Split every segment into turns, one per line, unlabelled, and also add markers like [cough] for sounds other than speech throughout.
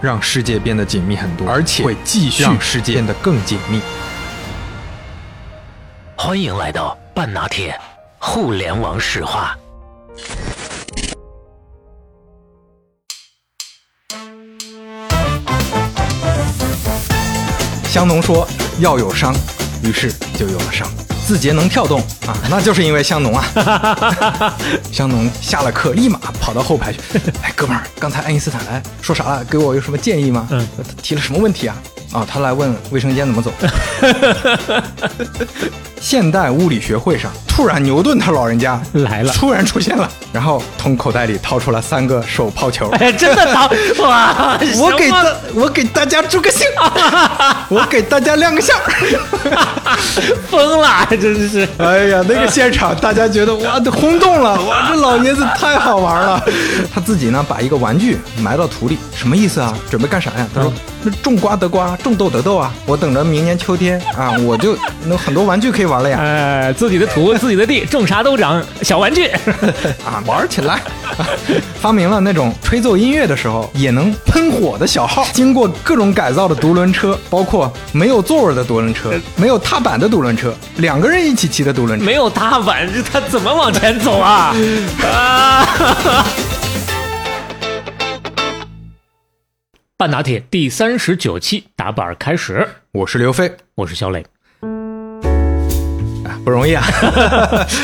让世界变得紧密很多，而且会继续让世界变得更紧密。
欢迎来到半拿铁互联网史话。
香农说
要有商，于是就有了商。
字节能跳动啊，那就是因为香农啊。
[laughs]
香农下了课立马跑到后排去，哎，哥们儿，刚才爱因斯坦来说啥了？给我有什么建议吗？
嗯
他提了什么问题啊？啊，他来问卫生间怎么
[laughs]
走。
现代物理学会上，
突然牛顿他老人家
来了
突然出现了，然后从口袋里掏出了三个手抛球。
哎， [laughs] 真的
[laughs]
当哇！
我给
什么
大我给大家助 [laughs] 个兴，我给大家亮个相。
疯了，真
[laughs]
是。
哎呀，那个现场大家觉得哇，都轰动了，哇，这老爷子太好玩了。他自己呢，把一个玩具埋到土里，什么意思啊？准备干啥呀？他说，那种瓜得瓜，种豆得豆啊。我等着明年秋天啊，我就能很多玩具可以玩了呀。
哎，自己的土，自己的地，种啥都长。小玩具，
啊，玩起来、 [laughs] 啊发明了那种吹奏音乐的时候也能喷火的小号，经过各种改造的独轮车，包括没有座位的独轮车，没有踏板的独轮车，两个人一起骑的独轮车。
没有踏板，这他怎么往前走啊？啊！ [laughs] 半打铁第三十九期打板开始，
我是刘飞，
我是小磊。
不容易啊。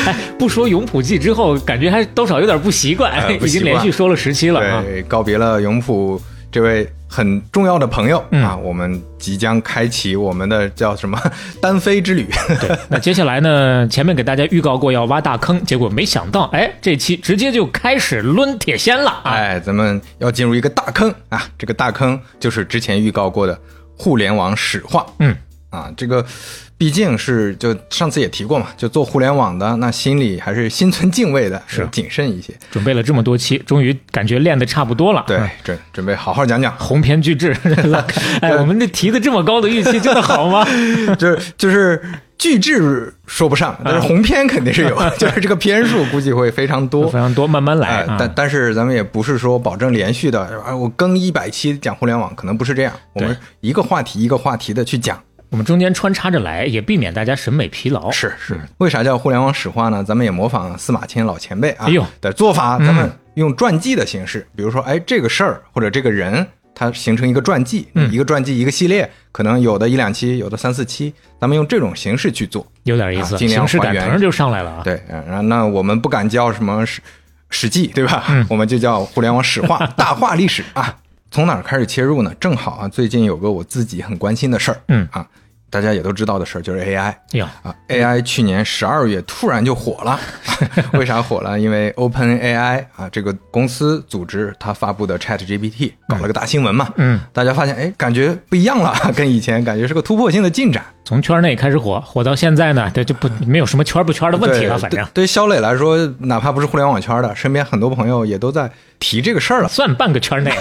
哎不说永璞记之后，感觉还多少有点不习惯，
哎不
已
习
经
惯
连续说了十期了
[laughs]
啊。
对，告别了永璞这位很重要的朋友、
嗯
啊，我们即将开启我们的叫什么单飞之旅。
对，那接下来呢？前面给大家预告过要挖大坑，结果没想到，哎，这期直接就开始抡铁锨了啊！
哎，咱们要进入一个大坑啊，这个大坑就是之前预告过的互联网史话。
嗯，
啊，这个毕竟是就上次也提过嘛，就做互联网的，那心里还是心存敬畏的，
是
谨慎一些。
准备了这么多期，终于感觉练的差不多了。
对
嗯，
准准备好好讲 [laughs] 讲。
鸿篇巨制，拉开哎，我们这提的这么高的预期，真的
[laughs]
好吗？
就是就是巨制说不
嗯
上，但是鸿篇肯定
[laughs]
是有，就是这个篇数估计会非常多，
非常多，慢慢来
哎，
啊。
但但是咱们也不是说保证连续的，啊，我更一百期讲互联网，可能不是这样，我们
对
一个话题一个话题的去讲。
我们中间穿插着来，也避免大家审美疲劳。
是是，为啥叫互联网史话呢？咱们也模仿司马迁老前辈啊，
哎呦
的做法，咱们用传记的形式，比如说，哎，这个事儿或者这个人。它形成一个传记，
嗯
一个传记一个系列，可能有的一两期，有的三四期，咱们用这种形式去做。
有点意思，
啊尽量
形式感
还原
腾就上来了啊。
对，嗯然后那我们不敢叫什么史史记，对吧？
嗯
我们就叫互联网史
[laughs]
话、大话历史啊。从哪儿开始切入呢？正好啊，最近有个我自己很关心的事儿，
嗯
啊，大家也都知道的事儿就是 AI
哎呦，
啊，AI 去年十二月突然就火了， [laughs] 为啥火了？因为 OpenAI 啊这个公司组织它发布的 ChatGPT 搞了个大新闻嘛，
嗯，
大家发现哎，感觉不一样了， [laughs] 跟以前感觉是个突破性的进展。
从圈内开始火，火到现在呢，这就
[laughs]
不没有什么圈不圈的问题了，
对
反正。
对对于肖磊来说，哪怕不是互联网圈的，身边很多朋友也都在提这个事儿了
算半个
[laughs]
圈内。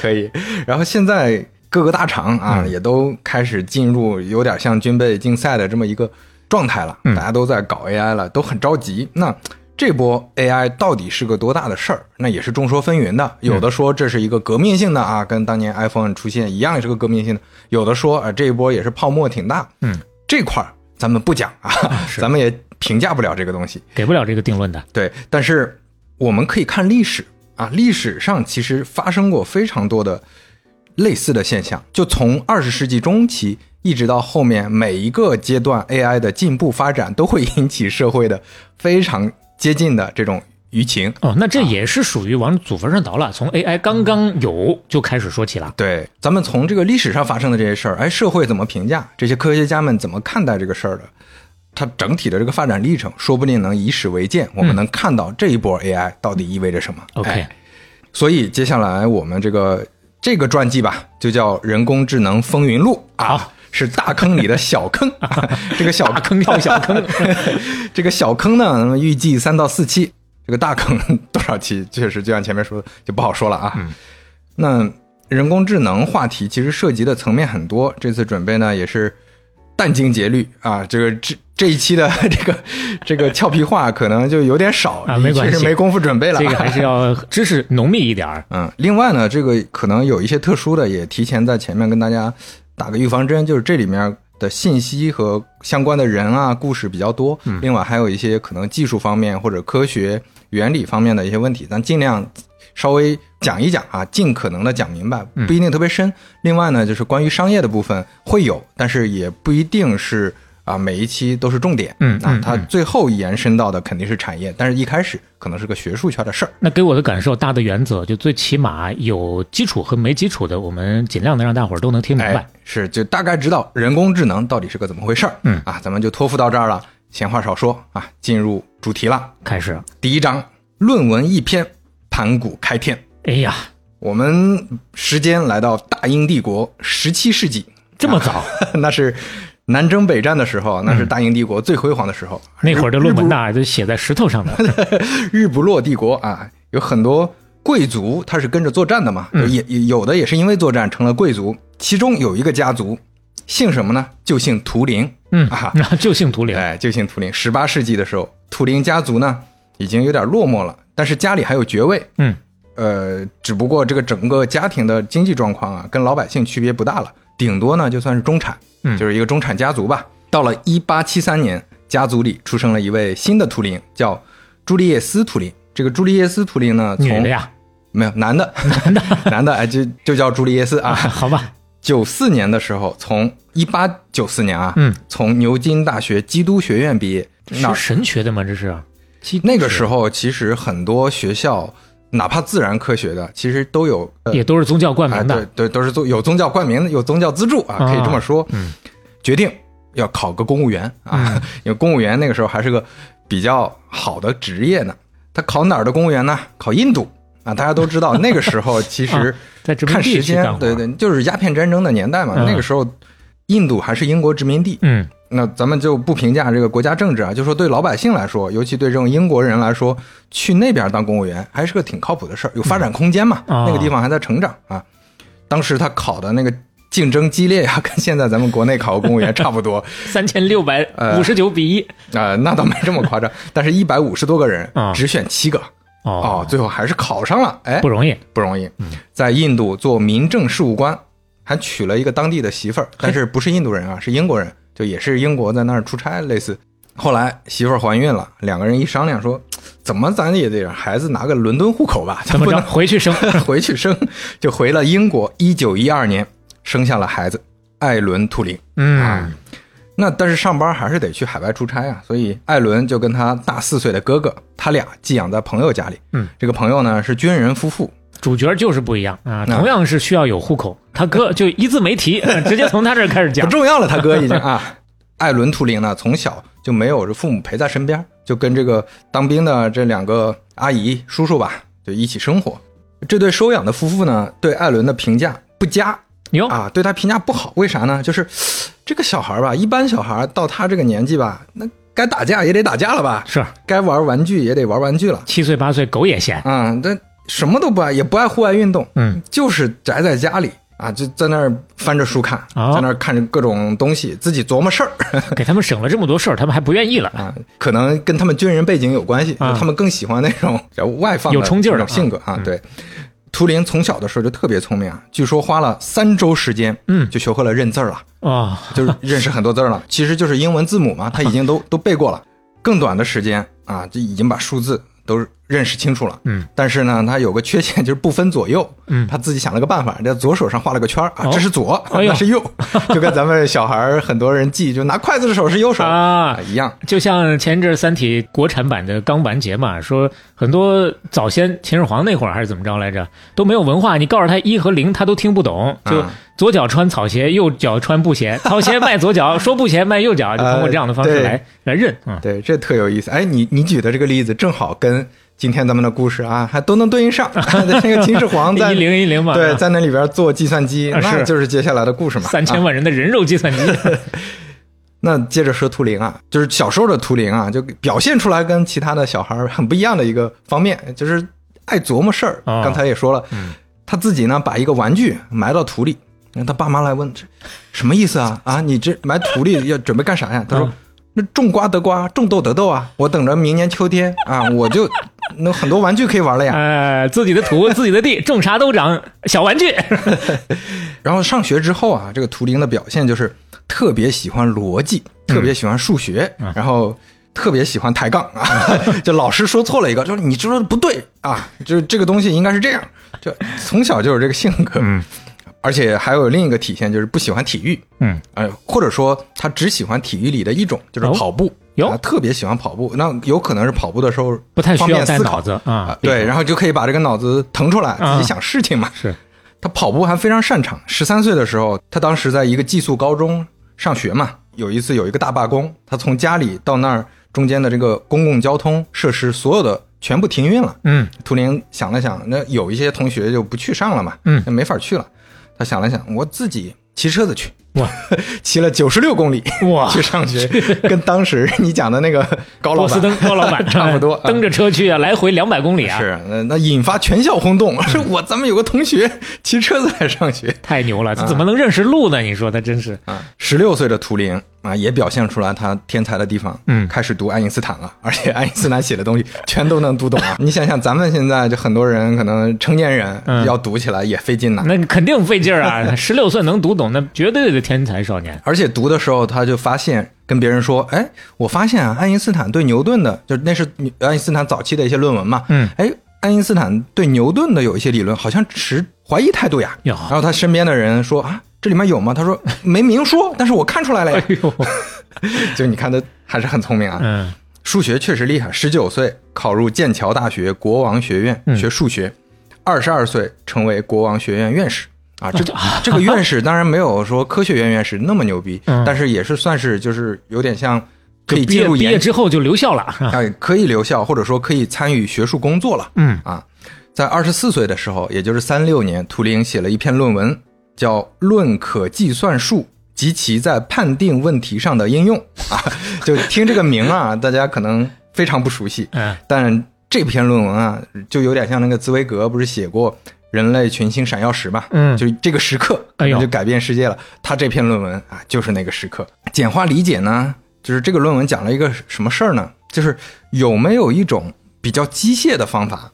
可以，然后现在各个大厂啊，也都开始进入有点像军备竞赛的这么一个状态了，大家都在搞 AI 了，都很着急。那这波 AI 到底是个多大的事儿？那也是众说纷纭的。有的说这是一个革命性的啊，跟当年 iPhone 出现一样，也是个革命性的；有的说啊，这一波也是泡沫挺大。
嗯，
这块儿咱们不讲啊， [laughs] 咱们也评价不了这个东西。
给不了这个定论的。
对，但是我们可以看历史啊，历史上其实发生过非常多的类似的现象，就从二十世纪中期一直到后面每一个阶段，AI 的进步发展都会引起社会的非常接近的这种舆情。
哦，那
啊
这也是属于往祖坟上倒了，从 AI 刚刚有就开始说起了。
对，咱们从这个历史上发生的这些事儿，哎，社会怎么评价？这些科学家们怎么看待这个事儿的？它整体的这个发展历程，说不定能以史为鉴，我们能看到这一波 AI 到底意味着什么。
OK，、
哎所以接下来我们这个这个传记吧，就叫《人工智能风云录》啊
好，
是大坑里的小
[laughs]
坑。啊这个小
大坑跳小坑，
[laughs] 这个小坑呢，那么预计三到四期，这个大坑 [laughs] 多少期，确实就像前面说的，就不好说了啊。
嗯
那人工智能话题其实涉及的层面很多，这次准备呢也是殚精竭虑啊。这个这这一期的这个这个俏皮话可能就有点少，
啊没关系
确实没工夫准备了。啊
这个还是要知识浓密一点儿。
嗯，另外呢，这个可能有一些特殊的，也提前在前面跟大家打个预防针，就是这里面的信息和相关的人啊、故事比较多。
嗯
另外还有一些可能技术方面或者科学原理方面的一些问题，咱尽量稍微讲一讲啊，尽可能的讲明白，
嗯
不一定特别深。另外呢，就是关于商业的部分会有，但是也不一定是。啊，每一期都是重点，
嗯
啊
嗯，
它最后延伸到的肯定是产业，但是一开始可能是个学术圈的事儿，
那给我的感受，大的原则就最起码有基础和没基础的，我们尽量的让大伙儿都能听明白
哎。，是就大概知道人工智能到底是个怎么回事儿。
嗯
啊，咱们就托付到这儿了，闲话少说啊，进入主题了。
开始，
第一章，论文一篇，盘古开天。
哎呀，
我们时间来到大英帝国十七世纪， [laughs]
这么早，
那是南征北战的时候，那是大英帝国最辉煌的时候。
那会儿的论
[laughs]
文呐都写在石头上的，
日不落帝国啊，有很多贵族他是跟着作战的嘛，也也有的也是因为作战成了贵族。其中有一个家族，姓什么呢？就姓图灵。
嗯 [laughs]
啊，
那就姓图灵，
哎，就姓图灵。十八世纪的时候，图灵家族呢已经有点落寞了，但是家里还有爵位。
嗯，
呃，只不过这个整个家庭的经济状况啊，跟老百姓区别不大了，顶多呢就算是中产，
嗯
就是一个中产家族吧。到了一八七三年，家族里出生了一位新的图灵，叫朱利叶斯·图灵。这个朱利叶斯·图灵呢，
女
从
的呀，
没有男
[laughs]
的，男的， [laughs] 男的，哎，就就叫朱利叶斯啊。
好吧，
九四年的时候，从一八九四年啊，
嗯，
从牛津大学基督学院毕业。那
是神学的吗？这是啊
那个时候，其实很多学校，哪怕自然科学的，其实都有呃
也都是宗教冠
哎，
名
对
的，
对，都是宗有宗教冠名的，有宗教资助啊，
啊
可以这么说。
嗯，
决定要考个公务员啊， [laughs] 因为公务员那个时候还是个比较好的职业呢。他考哪儿的公务员呢？考印度啊，大家都知道那个时候其实
[laughs] 啊在殖民
看
地
时
去干
间，
活
对对，就是鸦片战争的年代嘛。
嗯
那个时候印度还是英国殖民地，
嗯，
那咱们就不评价这个国家政治啊，就说对老百姓来说，尤其对这种英国人来说，去那边当公务员还是个挺靠谱的事儿，有发展空间嘛。
嗯啊
那个地方还在成长啊。当时他考的那个竞争激烈 [laughs] 啊，跟现在咱们国内考公务员差不多
三千六百五十九比一，
啊、那倒没这么夸张。但是，一百五十多个人
啊
只选七个哦，
哦，
最后还是考上了。哎，
不容易，
不容易，
嗯
在印度做民政事务官，还娶了一个当地的媳妇儿，但是不是印度人啊，是英国人，就也是英国在那儿出差，类似。后来媳妇儿怀孕了，两个人一商量说，怎么咱也得让孩子拿个伦敦户口吧， [laughs] 咱
怎么
不
着
能 [laughs]
回去生？
回去生，就回了英国。一九一二年生下了孩子艾伦·图灵。啊
嗯，
那但是上班还是得去海外出差啊，所以艾伦就跟他大四岁的哥哥，他俩寄养在朋友家里。
嗯，
这个朋友呢是军人夫妇，
主角就是不一样啊，
那
同样是需要有户口，他哥就一字
[laughs]
没提，直接从他这儿开始讲
不。重要了，他哥 [laughs] 已经啊。艾伦·图灵呢，从小就没有这父母陪在身边，就跟这个当兵的这两个阿姨、叔叔吧，就一起生活。这对收养的夫妇呢，对艾伦的评价不佳
哟，
啊，对他评价不好，为啥呢？就是这个小孩吧，一般小孩到他这个年纪吧，那该打架也得打架了吧，
是
该玩玩具也得玩玩具了
七岁八岁狗也嫌，
啊，那、什么都不爱，也不爱户外运动，
嗯，
就是宅在家里啊，就在那儿翻着书看，
哦
在那儿看着各种东西，自己琢磨事儿
给他们省了这么多事儿，他们还不愿意了。
啊。可能跟他们军人背景有关系，
啊
他们更喜欢那种 [laughs] 比较外放的
有冲劲儿的
那种性格啊。对，图灵从小的时候就特别聪明啊，据说花了三周时间，
嗯
就学会了认字儿
[laughs]
了，
哦，
就是认识很多字儿了。其实就是英文字母
[laughs]
嘛，他已经都 [laughs] 都背过了。更短的时间啊，就已经把数字都认识清楚了。
嗯，
但是呢，他有个缺陷，就是不分左右。
嗯
他自己想了个办法，在左手上画了个圈儿啊
哦，
这是左，
哎
[laughs]
呦
那是右，就跟咱们小孩儿很多人记，就拿筷子的手是右手
啊
啊，一样。
就像前一阵《三体》国产版的刚完结嘛，说很多早先秦始皇那会儿还是怎么着来着，都没有文化，你告诉他一和零，他都听不懂，就
啊
左脚穿草鞋，右脚穿布鞋，草鞋迈
[laughs]
左脚，说布鞋迈右脚，就通过这样的方式
呃
来、来认啊、嗯
对，这特有意思。哎，你你举的这个例子正好跟今天咱们的故事啊，还都能对应上。 [laughs] 那个秦始皇在
嗯 [laughs] 一零一零嘛，
对，
啊
在那里边做计算机，
啊是
那就是接下来的故事嘛。
三
啊
千万人的人肉计算
[laughs]
机，
那接着说图灵啊，就是小时候的图灵啊，就表现出来跟其他的小孩儿很不一样的一个方面，就是爱琢磨事儿。
哦
刚才也说了，他自己呢把一个玩具埋到土里，那他爸妈来问这什么意思啊？啊，你这埋土里要准备干啥呀？他说。
嗯
那种瓜得瓜，种豆得豆啊！我等着明年秋天啊，我就那很多玩具可以玩了呀。
呃，自己的土，自己的地，种啥都长，小玩具， [laughs]
然后上学之后啊，这个图灵的表现就是特别喜欢逻辑，
嗯
特别喜欢数学，然后特别喜欢抬杠啊。 [laughs] 就老师说错了一个，就是你说的不对啊，就是这个东西应该是这样。就从小就有这个性格，
嗯
而且还有另一个体现就是不喜欢体育，
嗯，
呃，或者说他只喜欢体育里的一种，就是
哦
跑步。
哟
啊特别喜欢跑步，那有可能是跑步的时候
不太
方
需要
便
带
思考呃
脑子啊，
对，然后就可以把这个脑子腾出来，
啊
自己想事情嘛。
是，
他跑步还非常擅长。十三岁的时候，他当时在一个寄宿高中上学嘛，有一次有一个大罢工，他从家里到那儿中间的这个公共交通设施所有的全部停运了。
嗯
图灵想了想，那有一些同学就不去上了嘛，
嗯
那没法去了。他想了想，我自己骑车子去，
哇，
[laughs] 骑了九十六公里
哇
去上学，跟当时你讲的那个高老
波司
板
登
[laughs]
高老板
差不多啊
蹬着车去啊，来回两百公里啊，
是，那那引发全校轰
嗯
动。是我咱们有个同学骑车子来上学
太牛了，这怎么能认识路呢？你说他真是，
嗯啊。十六岁的图灵啊，也表现出来他天才的地方。
嗯
开始读爱因斯坦了， [laughs] 而且爱因斯坦写的东西全都能读懂啊。
[laughs]
你想想，咱们现在就很多人可能成年人
嗯
要读起来也费劲呐、
那肯定费劲
[laughs]
儿啊，十六岁能读懂，那绝对的天才少年。
而且读的时候，他就发现跟别人说：“哎，我发现啊，爱因斯坦对牛顿的，就是那是爱因斯坦早期的一些论文嘛。
嗯，
哎，爱因斯坦对牛顿的有一些理论好像持怀疑态度呀。
哟
然后他身边的人说啊，这里面有吗？他说没明说，但是我看出来了呀
[laughs] 哎。呦，
就你看他还是很聪明啊，
嗯，
数学确实厉害。十九岁考入剑桥大学国王学院
嗯
学数学，二十二岁成为国王学院院士。啊，
[laughs]
这个这个院士当然没有说科学院院士那么牛逼，
嗯
但是也是算是就是有点像可以
毕
进
业
入
毕业
研
之后就留校了。
哎，可以留校或者说可以参与学术工作了。
嗯
啊，在二十四岁的时候，也就是三六年，图灵写了一篇论文，叫《论可计算数及其在判定问题上的应用》啊，就听这个名啊，大家可能非常不熟悉，
[laughs] 嗯，
但这篇论文啊，就有点像那个茨威格不是写过。人类群星闪耀时嘛，
嗯
就这个时刻，
哎呦
就改变世界了。他这篇论文啊，就是那个时刻。简化理解呢，就是这个论文讲了一个什么事儿呢？就是有没有一种比较机械的方法，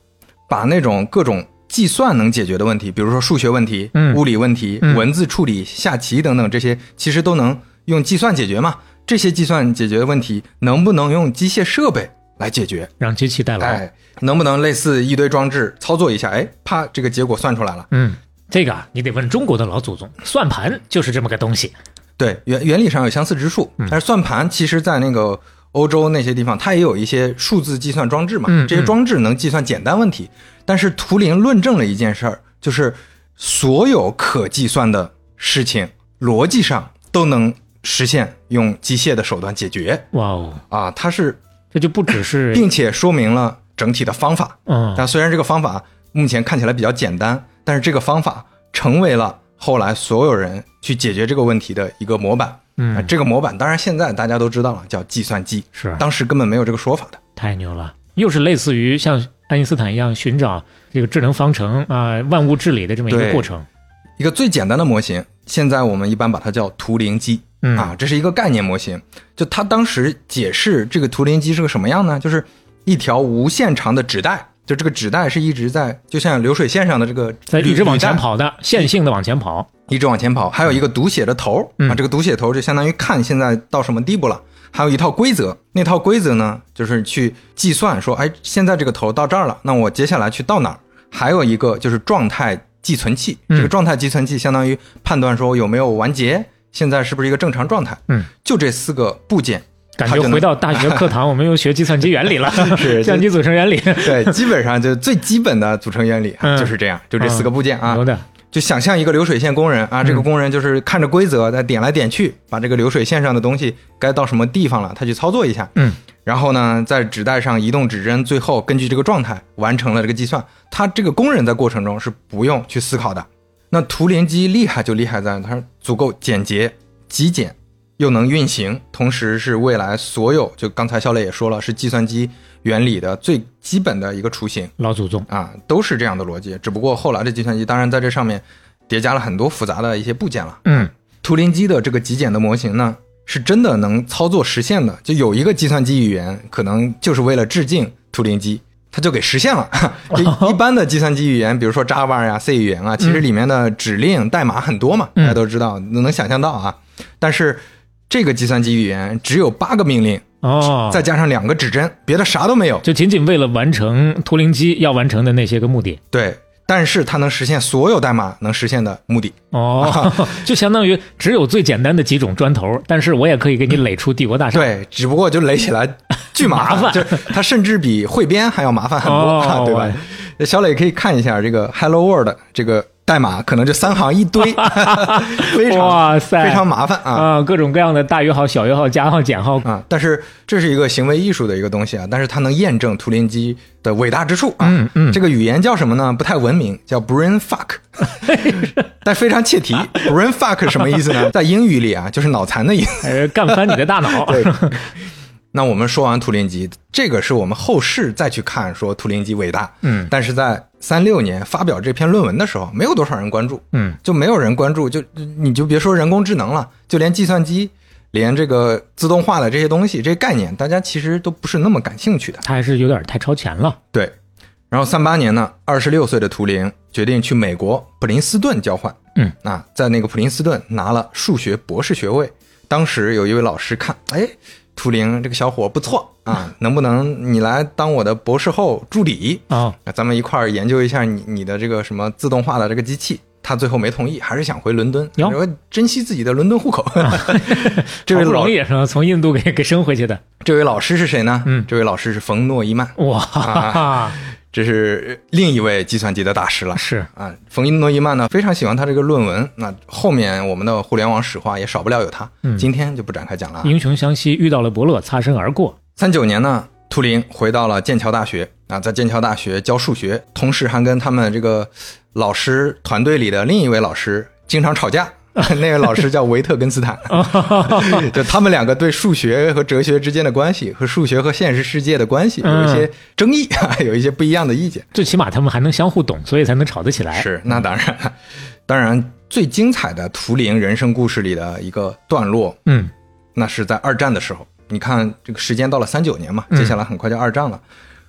把那种各种计算能解决的问题，比如说数学问题、
嗯
物理问题、
嗯
文字处理、下棋等等这些，其实都能用计算解决嘛。这些计算解决的问题，能不能用机械设备来解决？
让机器代劳。
哎，能不能类似一堆装置操作一下？哎，啪，这个结果算出来了。
嗯，这个啊，你得问中国的老祖宗，算盘就是这么个东西。
对，原原理上有相似之处，
嗯
但是算盘其实在那个欧洲那些地方，它也有一些数字计算装置嘛，
嗯
这些装置能计算简单问题。但是图灵论证了一件事儿，就是所有可计算的事情，逻辑上都能实现用机械的手段解决
哇哦，
啊，它是，
这就不只是
并且说明了整体的方法。
嗯
但虽然这个方法目前看起来比较简单，但是这个方法成为了后来所有人去解决这个问题的一个模板。啊
嗯，啊
这个模板当然现在大家都知道了，叫计算机，
是
当时根本没有这个说法的。
太牛了，又是类似于像爱因斯坦一样寻找这个智能方程啊、万物治理的这么一个
对
过程。
一个最简单的模型，现在我们一般把它叫图灵机
嗯
啊，这是一个概念模型。就它当时解释这个图灵机是个什么样呢？就是一条无限长的纸带，就这个纸带是一直在，就像流水线上的这个
在一直往前
带
跑的，线性的往
[laughs]
前跑。
一直往前跑，还有一个读写的头儿、
嗯
啊，这个读写头就相当于看现在到什么地步了。还有一套规则，那套规则呢，就是去计算说，哎，现在这个头到这儿了，那我接下来去到哪儿？还有一个就是状态寄存器，
嗯
这个状态寄存器相当于判断说有没有完结，现在是不是一个正常状态？
嗯，
就这四个部件，
感
它
觉
就能
回到大学课堂，我们又学计算机原理了， [laughs]
是
计算机组成原理，
对，基本上就最基本的组成原理、
嗯
就是这样，就这四个部件啊。
牛的，
就想象一个流水线工人啊，这个工人就是看着规则在点来点去，把这个流水线上的东西该到什么地方了，他去操作一下。
嗯，
然后呢，在纸袋上移动指针，最后根据这个状态完成了这个计算。他这个工人在过程中是不用去思考的。那图灵机厉害就厉害在它足够简洁、极简，又能运行，同时是未来所有就刚才肖磊也说了，是计算机原理的最基本的一个雏形。
老祖宗，
啊，都是这样的逻辑。只不过后来的计算机当然在这上面叠加了很多复杂的一些部件了。
嗯
图灵机的这个极简的模型呢，是真的能操作实现的。就有一个计算机语言，可能就是为了致敬图灵机，它就给实现了。 [laughs] 就一般的计算机语言，比如说 Java 呀、C 语言啊，其实里面的指令代码很多嘛，大家都知道，能能想象到啊。但是这个计算机语言只有八个命令，
哦，
再加上两个指针，别的啥都没有。
就仅仅为了完成图灵机要完成的那些个目的。
对，但是它能实现所有代码能实现的目的。啊
哦， [laughs] 就相当于只有最简单的几种砖头，但是我也可以给你垒出帝国大厦。
对，只不过就垒起来巨麻
[laughs] 麻烦
就是它甚至比汇编还要麻烦很多，
哦
[laughs] 对吧？小磊可以看一下这个 Hello World 这个代码，可能就三行一
[laughs]
堆，非常
哇塞
非常麻烦啊。
啊，各种各样的大于号、小于号、加号、减号，
啊，但是这是一个行为艺术的一个东西啊，但是它能验证图灵机的伟大之处啊。
嗯嗯
这个语言叫什么呢？不太文明，叫 brain fuck，但非常切
[laughs]
题。brain fuck 什么意思呢？在英语里啊，就是脑残的意思。
呃，干翻你的大脑。
[laughs] 对，那我们说完图灵机，这个是我们后世再去看说图灵机伟大，
嗯
但是在三六年发表这篇论文的时候，没有多少人关注，
嗯，
就没有人关注，就你就别说人工智能了，就连计算机，连这个自动化的这些东西，这些概念，大家其实都不是那么感兴趣的。
他还是有点太超前了。
对，然后三八年呢，二十六岁的图灵决定去美国普林斯顿交换。
嗯，
啊，在那个普林斯顿拿了数学博士学位。当时有一位老师看，哎，图灵这个小伙不错
嗯
啊，能不能你来当我的博士后助理？
哦，
啊，咱们一块儿研究一下你你的这个什么自动化的这个机器。他最后没同意，还是想回伦敦。
哟啊
说珍惜自己的伦敦户口。这位
好不
老
容易是吧？从印
[laughs]
度给给升回去的，
这位老师是谁呢？
嗯
这位老师是冯诺依曼，
哇，哈哈，
这是另一位计算机的大师
[laughs]
了。
是
啊，冯诺依曼呢非常喜欢他这个论文，那后面我们的互联网史话也少不了有他，
嗯
今天就不展开讲了啊。
英雄相惜，遇到了伯乐，擦身而过。
三九年呢，图灵回到了剑桥大学啊，在剑桥大学教数学，同时还跟他们这个老师团队里的另一位老师经常吵架。那个老师叫维特根斯坦，就他们两个对数学和哲学之间的关系，和数学和现实世界的关系有一些争议， [laughs] 有一些不一样的意见。
最起码他们还能相互懂，所以才能吵得起来。
是，那当然，当然最精彩的图灵人生故事里的一个段落，
嗯，
那是在二战的时候。你看，这个时间到了三九年嘛，接下来很快就二战了。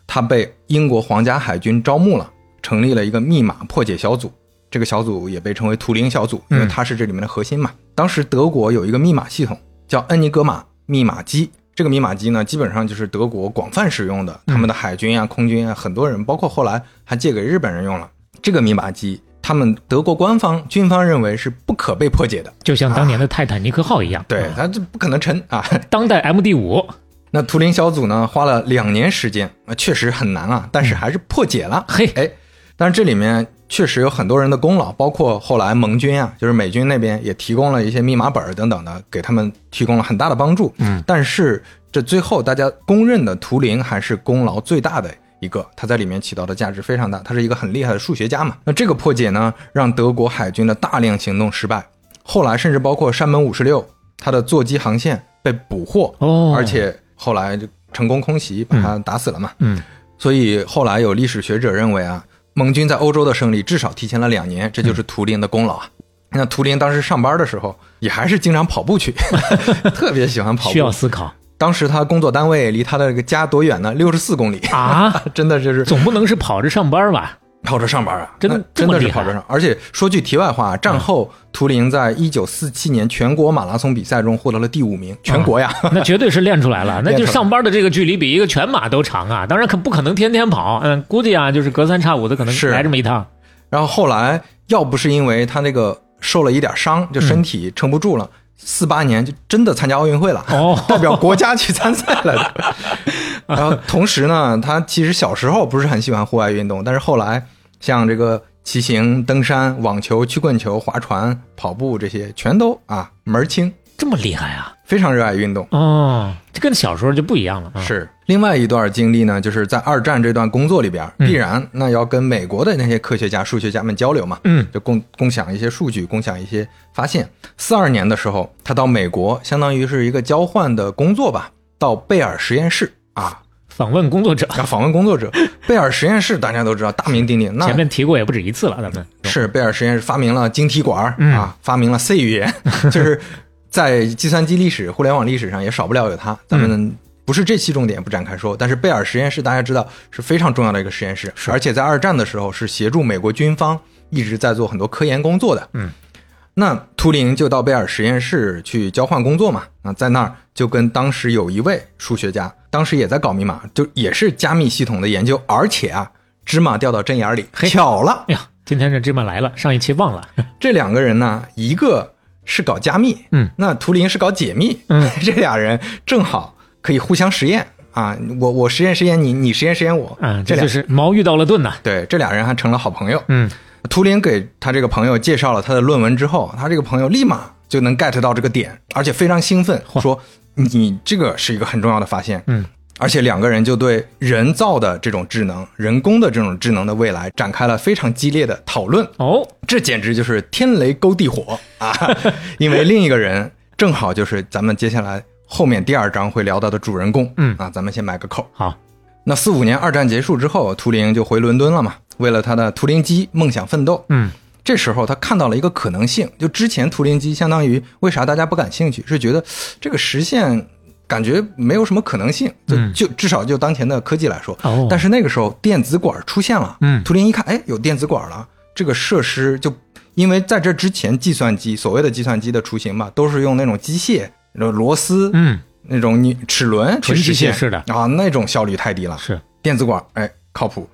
他被英国皇家海军招募了，成立了一个密码破解小组。这个小组也被称为图灵小组，因为
嗯
它是这里面的核心嘛。当时德国有一个密码系统叫恩尼格玛密码机，这个密码机呢，基本上就是德国广泛使用的，他们的海军啊、空军啊，很多人，包括后来还借给日本人用了。这个密码机，他们德国官方军方认为是不可被破解的，
就像当年的泰坦尼克号一样。
对
啊，
它这不可能沉啊。
当代 M D 五，
那图灵小组呢，花了两年时间啊，确实很难啊，但是还是破解了。
嘿
哎，但是这里面确实有很多人的功劳，包括后来盟军啊，就是美军那边也提供了一些密码本儿等等的，给他们提供了很大的帮助。
嗯，
但是这最后大家公认的图灵还是功劳最大的。一个，他在里面起到的价值非常大，他是一个很厉害的数学家嘛。那这个破解呢，让德国海军的大量行动失败，后来甚至包括山本五十六，他的座机航线被捕获，
哦
而且后来就成功空袭，把他打死了嘛。
嗯，
所以后来有历史学者认为啊，盟军在欧洲的胜利至少提前了两年，这就是图灵的功劳啊。
嗯
那图灵当时上班的时候，也还是经常跑步去，
[laughs]
特别喜欢跑
需要
步。
思考
当时他工作单位离他的这个家多远呢？六十四公里，
啊，
真的就是
[laughs] 总不能是跑着上班
[laughs]
吧？
跑车上班啊，
真的
那
这
真
么
的是
厉害嗯
跑车上。而且说句题外话，啊战后图灵在一九四七年全国马拉松比赛中获得了第五名，全国呀。
那绝对是练出来了，那
练
就
出来
上班的这个距离比一个全马都长啊！当然可不可能天天跑？嗯，估计啊，就是隔三差五的可能
是
来这么一趟。
然后后来要不是因为他那个受了一点伤，就身体撑不住了，四八、年就真的参加奥运会了，
哦
代表国家去参赛了的。然后同时呢，他其实小时候不是很喜欢户外运动，但是后来像这个骑行、登山、网球、曲棍球、划船、跑步这些，全都啊门儿清，
这么厉害啊！
非常热爱运动。
哦，这跟小时候就不一样了啊。
是另外一段经历呢，就是在二战这段工作里边，必然那要跟美国的那些科学家、数学家们交流嘛，
嗯，
就共共享一些数据，共享一些发现。四二年的时候，他到美国，相当于是一个交换的工作吧，到贝尔实验室啊，
访问工作者
然后访问工作者。贝尔实验室大家都知道，大名鼎鼎，那
前面提过也不止一次了，咱们
是贝尔实验室发明了晶体管儿、
嗯
啊，发明了 C 语
[laughs]
言，就是在计算机历史、互联网历史上也少不了有
嗯
它。咱们不是这期重点，不展开说。但是贝尔实验室大家知道是非常重要的一个实验室，而且在二战的时候是协助美国军方一直在做很多科研工作的。
嗯，
那图灵就到贝尔实验室去交换工作嘛。那在那儿就跟当时有一位数学家，当时也在搞密码，就也是加密系统的研究，而且啊，芝麻掉到针眼儿里，巧了。
哎呀，今天这芝麻来了，上一期
[laughs]
忘了。
这两个人呢，一个是搞加密，
嗯，
那图灵是搞解密，
嗯，
[laughs] 这俩人正好可以互相实验啊，我我实验实验你，你实验实验我，
啊，
这
这
俩
就是矛遇到了盾呐。
对，这俩人还成了好朋友。
嗯，
图灵给他这个朋友介绍了他的论文之后，他这个朋友立马就能 get 到这个点，而且非常兴奋，说你这个是一个很重要的发现。
嗯，
而且两个人就对人造的这种智能、人工的这种智能的未来展开了非常激烈的讨论。
哦，
这简直就是天雷勾地火啊！因为另一个人正好就是咱们接下来后面第二章会聊到的主人公，
嗯
啊，咱们先埋个扣。
好，
那四五年二战结束之后，图灵就回伦敦了嘛，为了他的图灵机梦想奋斗。
嗯，
这时候他看到了一个可能性，就之前图灵机相当于为啥大家不感兴趣，是觉得这个实现感觉没有什么可能性，就、
嗯
就至少就当前的科技来说。
哦
但是那个时候电子管出现了，
嗯
图灵一看，哎，有电子管了，这个设施就因为在这之前计算机所谓的计算机的雏形嘛，都是用那种机械。然后螺丝，
嗯，
那种你齿轮去
纯
实
机械
现
式的
啊，那种效率太低了。
是
电子管，哎，靠谱。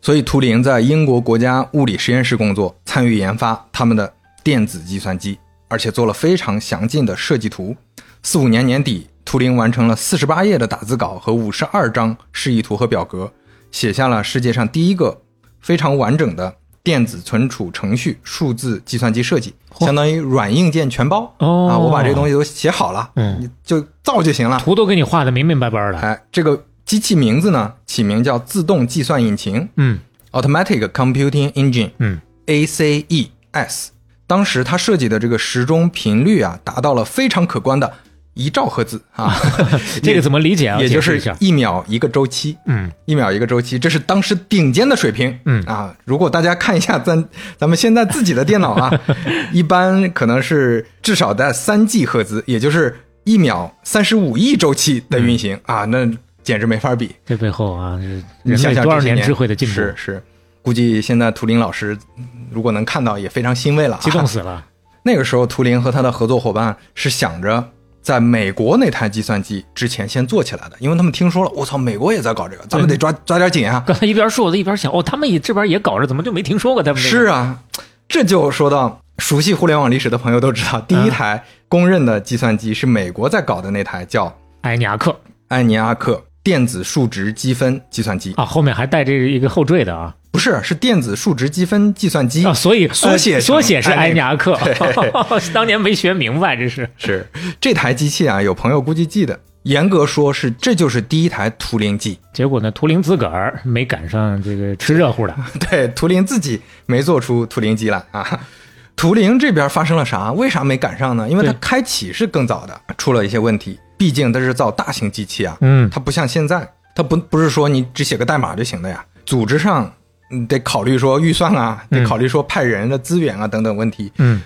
所以图灵在英国国家物理实验室工作，参与研发他们的电子计算机，而且做了非常详尽的设计图。四五年年底，图灵完成了四十八页的打字稿和五十二张示意图和表格，写下了世界上第一个非常完整的电子存储程序数字计算机设计，相当于软硬件全包、
哦
啊！我把这个东西都写好了，
嗯
你就造就行了。
图都给你画的明明白白的。
哎，这个机器名字呢，起名叫自动计算引擎
嗯
（Automatic Computing Engine），
嗯，
，ACES。当时它设计的这个时钟频率啊，达到了非常可观的一兆赫兹啊
[laughs] 这个怎么理解啊
也就
解释一
是
下
一秒一个周期。
嗯，
一秒一个周期，这是当时顶尖的水平。
嗯
啊，如果大家看一下咱 [laughs] 咱们现在自己的电脑啊，
[laughs]
一般可能是至少在三 G 赫兹，也就是一秒三十五亿周期的运行、啊，那简直没法比。
这背后啊，是
你
嗯人
想
类
想
多少
这些
年
年
智慧的进步，
是是，估计现在图灵老师嗯如果能看到，也非常欣慰了、啊。
激动死了。
那个时候，图灵和他的合作伙伴是想着在美国那台计算机之前先做起来的，因为他们听说了，我操，美国也在搞这个，咱们得抓抓点紧啊。
刚才一边说，我一边想，哦，他们也这边也搞着，怎么就没听说过他们、这
是
个？
啊，这就说到熟悉互联网历史的朋友都知道，第一台公认的计算机是美国在搞的那台叫
埃尼亚克
艾尼阿克电子数值积分计算机，
啊，后面还带着一个后缀的啊
不是，是电子数值积分计算机
啊，所以
缩写
呃
成
缩写是
埃
埃
尼
尼亚克
对，
[laughs] 当年没学明白，这是
是这台机器啊，有朋友估计记得，严格说是这就是第一台图灵机。
结果呢，图灵自个儿没赶上这个吃热 [laughs] 乎的，
[laughs] 对，图灵自己没做出图灵机来啊。 [laughs] 图灵这边发生了啥？为啥没赶上呢？因为它
对
开启是更早的，出了一些问题。毕竟它是造大型机器啊，
嗯
它不像现在，它不不是说你只写个代码就行的呀。组织上你得考虑说预算啊，得考虑说派人的资源啊等等问题。
嗯，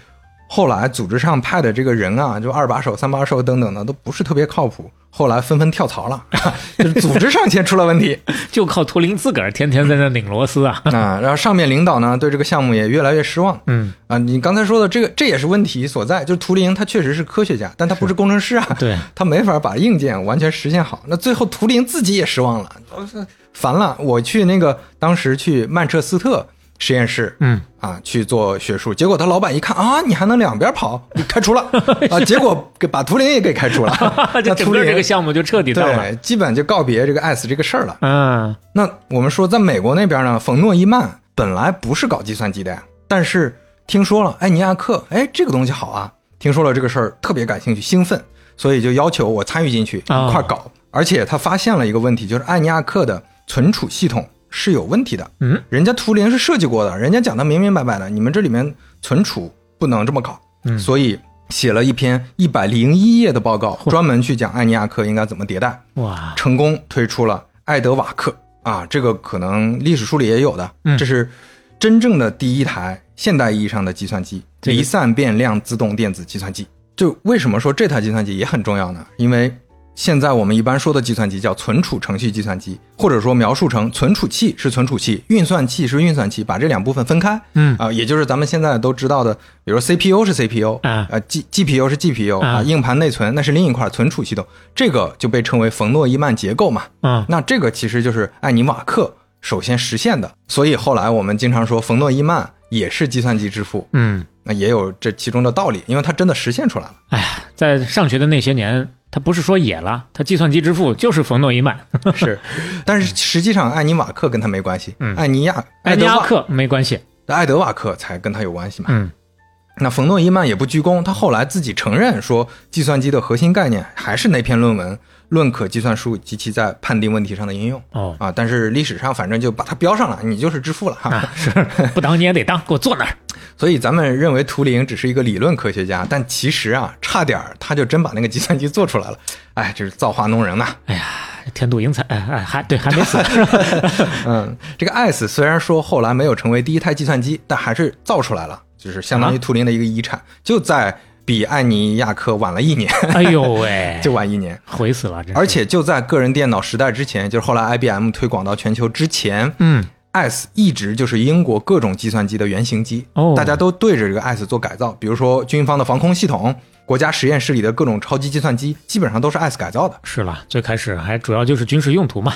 后来组织上派的这个人啊，就二把手、三把手等等的，都不是特别靠谱。后来纷纷跳槽了， [laughs] 就是组织上先出了问题。
就靠图灵自个儿天天在那拧螺丝 [laughs] 啊。
啊，然后上面领导呢对这个项目也越来越失望。
嗯，
啊，你刚才说的这个，这也是问题所在。就是图灵他确实是科学家，但他不是工程师啊，
[laughs] 对，
他没法把硬件完全实现好。那最后图灵自己也失望了，我说烦了。我去那个当时去曼彻斯特实验室，
嗯
啊去做学术，结果他老板一看啊，你还能两边跑，你开除
[laughs]，
了啊，结果给把图灵也给开除了
就
那
整
图
个
灵
这个项目就彻底断了。
对，基本就告别这个 S 这个事儿了。
嗯，
那我们说，在美国那边呢，冯诺依曼本来不是搞计算机的呀，但是听说了哎尼亚克哎这个东西好啊，听说了这个事儿特别感兴趣，兴奋，所以就要求我参与进去
啊
一块儿搞。而且他发现了一个问题，就是艾尼亚克的存储系统是有问题的。
嗯，
人家图灵是设计过的，人家讲的明明白白的，你们这里面存储不能这么搞。
嗯
所以写了一篇一百零一页的报告，专门去讲艾尼亚克应该怎么迭代。
哇，
成功推出了爱德瓦克啊，这个可能历史书里也有的，
嗯
这是真正的第一台现代意义上的计算机，
这个
离散变量自动电子计算机。就为什么说这台计算机也很重要呢？因为现在我们一般说的计算机叫存储程序计算机，或者说描述成存储器是存储器，运算器是运算器，把这两部分分开。
嗯
啊、也就是咱们现在都知道的，比如 CPU 是 CPU，
啊
呃，G GPU 是 GPU
啊
啊，硬盘内存那是另一块存储系统，这个就被称为冯诺依曼结构嘛。
嗯
那这个其实就是艾尼瓦克首先实现的，所以后来我们经常说冯诺依曼也是计算机之父，
嗯，
那也有这其中的道理，因为它真的实现出来了。
[laughs] 哎呀，在上学的那些年，他不是说野了，他计算机之父就是冯诺依曼，
是， [laughs] 但是实际上艾尼瓦克跟他没关系，
嗯
艾尼亚
艾尼
德
亚
瓦
克没关系，
艾德瓦克才跟他有关系嘛。
嗯
那冯诺依曼也不居功，他后来自己承认说，计算机的核心概念还是那篇论文《论可计算数及其在判定问题上的应用》
[laughs] 哦，
啊，但是历史上反正就把它标上了，你就是之父了哈。
啊不当你也得当，给我坐那儿，
所以咱们认为图灵只是一个理论科学家，但其实啊，差点儿他就真把那个计算机做出来了。哎，这是造化弄人呐、
哎天妒英才，哎哎，还对还没 [laughs] 死，是吧
嗯，这个 ICE 虽然说后来没有成为第一台计算机，但还是造出来了，就是相
啊
当于图灵的一个遗产，就在比艾尼亚克晚了一年，
哎呦喂，
就晚一年。
悔死了，真是
而且就在个人电脑时代之前，就是后来 IBM 推广到全球之前，
嗯
ICE 一直就是英国各种计算机的原型机，
哦
大家都对着这个 ICE 做改造，比如说军方的防空系统、国家实验室里的各种超级计算机，基本上都是 ICE 改造的。
是了，最开始还主要就是军事用途嘛，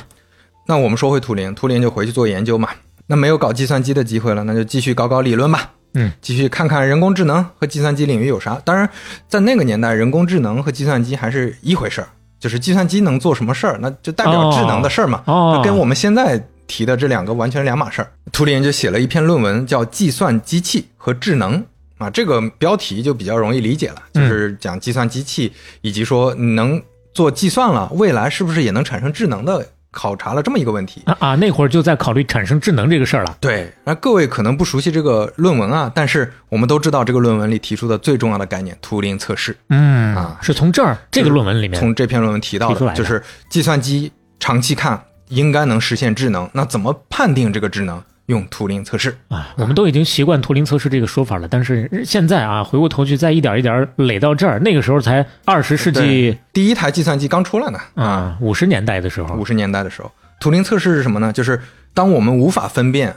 那我们说回图灵，图灵就回去做研究嘛。那没有搞计算机的机会了，那就继续搞搞理论吧。
嗯，
继续看看人工智能和计算机领域有啥。当然，在那个年代，人工智能和计算机还是一回事儿，就是计算机能做什么事儿，那就代表智能的事儿嘛。
哦
那跟我们现在提的这两个完全两码事儿。图灵就写了一篇论文，叫《计算机器和智能》啊，这个标题就比较容易理解了，
嗯
就是讲计算机器以及说能做计算了，未来是不是也能产生智能的考察了这么一个问题。
啊啊，那会儿就在考虑产生智能这个事儿了，
对，那各位可能不熟悉这个论文啊，但是我们都知道这个论文里提出的最重要的概念——图灵测试，
嗯，
啊
是从这儿这个论文里面，
从这篇论文提到
提出来
的，
的
就是计算机长期看应该能实现智能，那怎么判定这个智能？用图灵测试。
啊，我们都已经习惯图灵测试这个说法了，但是现在啊，回过头去再一点一点垒到这儿，那个时候才二十世纪
对，第一台计算机刚出来呢，
啊五十年代的时候
五，十年代的时候，图灵测试是什么呢？就是当我们无法分辨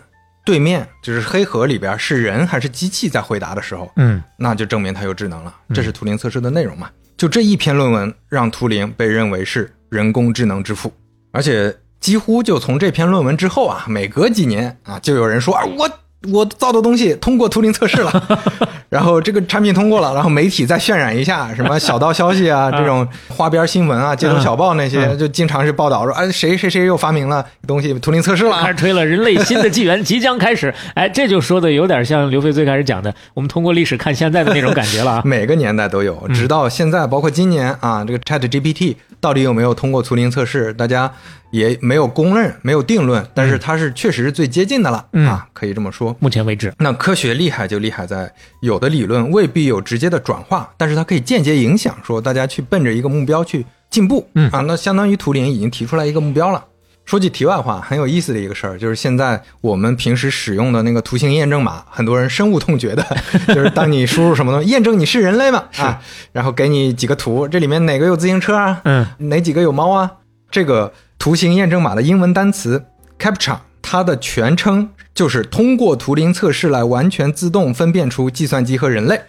对面就是黑盒里边是人还是机器在回答的时候，
嗯
那就证明它有智能了。这是图灵测试的内容嘛？就这一篇论文让图灵被认为是人工智能之父，而且几乎就从这篇论文之后啊，每隔几年啊，就有人说啊，我我造的东西通过图灵测试 [laughs] 了，然后这个产品通过了，然后媒体再渲染一下，什么小道消息 [laughs] 啊，这种花边新闻啊，街头小报那些，就经常是报道说，哎，谁谁谁又发明了东西，图灵测试了啊
开，始推了人类新的纪元即将开始， [laughs] 哎，这就说的有点像刘飞最开始讲的，我们通过历史看现在的那种感觉
[laughs]
了啊。
每个年代都有，
嗯
直到现在，包括今年啊，这个 Chat GPT 到底有没有通过图灵测试，大家也没有公认，没有定论，但是它是确实是最接近的了、
嗯
啊，可以这么说。
目前为止，
那科学厉害就厉害在有的理论未必有直接的转化，但是它可以间接影响，说大家去奔着一个目标去进步。
嗯
啊，那相当于图灵已经提出来一个目标了。说句题外话，很有意思的一个事儿，就是现在我们平时使用的那个图形验证码，很多人深恶痛绝的，就是当你输入什么东西，验证你是人类嘛，啊，然后给你几个图，这里面哪个有自行车啊，
嗯，
哪几个有猫啊？这个图形验证码的英文单词 CAPTCHA，它的全称就是通过图灵测试来完全自动分辨出计算机和人类。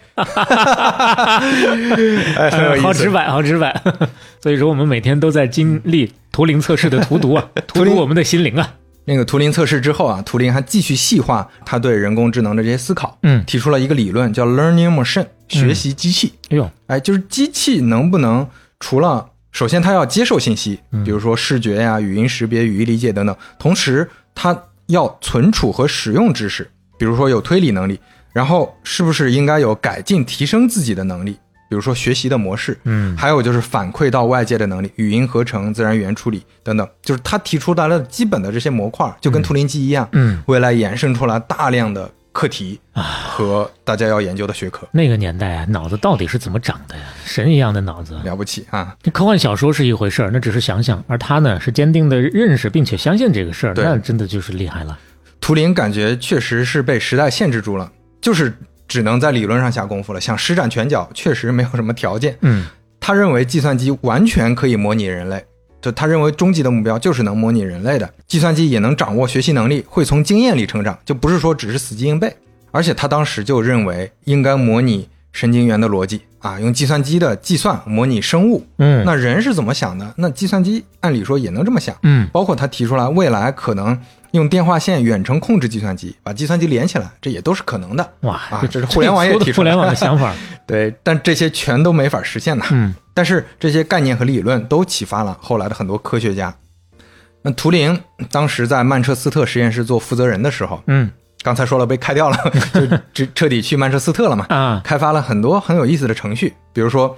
哎， [laughs] 很有意思。
呃好直白，好直白。 [laughs] 所以说，我们每天都在经历图灵测试的荼毒
[laughs]
啊，荼毒
灵
我们的心灵啊。
那个图灵测试之后啊，图灵还继续细化他对人工智能的这些思考，
嗯
提出了一个理论叫 Learning Machine，学习机器。
哎呦，
哎，就是机器能不能除了首
嗯
先它要接受信息，比如说视觉呀、语音识别、语义理解等等，同时它要存储和使用知识，比如说有推理能力，然后是不是应该有改进提升自己的能力，比如说学习的模式，
嗯
还有就是反馈到外界的能力，语音合成、自然语言处理等等，就是他提出来了基本的这些模块，就跟图灵机一样，
嗯，
未来衍生出来大量的课题
啊
和大家要研究的学科，
那个年代啊，脑子到底是怎么长的呀？神一样的脑子。
了不起啊！
科幻小说是一回事儿，那只是想想，而他呢是坚定的认识并且相信这个事儿，
对
那真的就是厉害了。
图灵感觉确实是被时代限制住了，就是只能在理论上下功夫了，想施展拳脚确实没有什么条件。
嗯
他认为计算机完全可以模拟人类，就他认为终极的目标就是能模拟人类的。计算机也能掌握学习能力，会从经验里成长，就不是说只是死记硬背。而且他当时就认为应该模拟神经元的逻辑啊，用计算机的计算模拟生物。
嗯
那人是怎么想的？那计算机按理说也能这么想。
嗯
包括他提出来，未来可能用电话线远程控制计算机，把计算机连起来，这也都是可能的。
哇，
啊这是互联网也
粗的
提出来
互联网的
[laughs]
想法。
对，但这些全都没法实现呐。
嗯
但是这些概念和理论都启发了后来的很多科学家。那图灵当时在曼彻斯特实验室做负责人的时候，
嗯
刚才说了被开掉了， [laughs] 就彻彻底去曼彻斯特了嘛，
啊
开发了很多很有意思的程序，比如说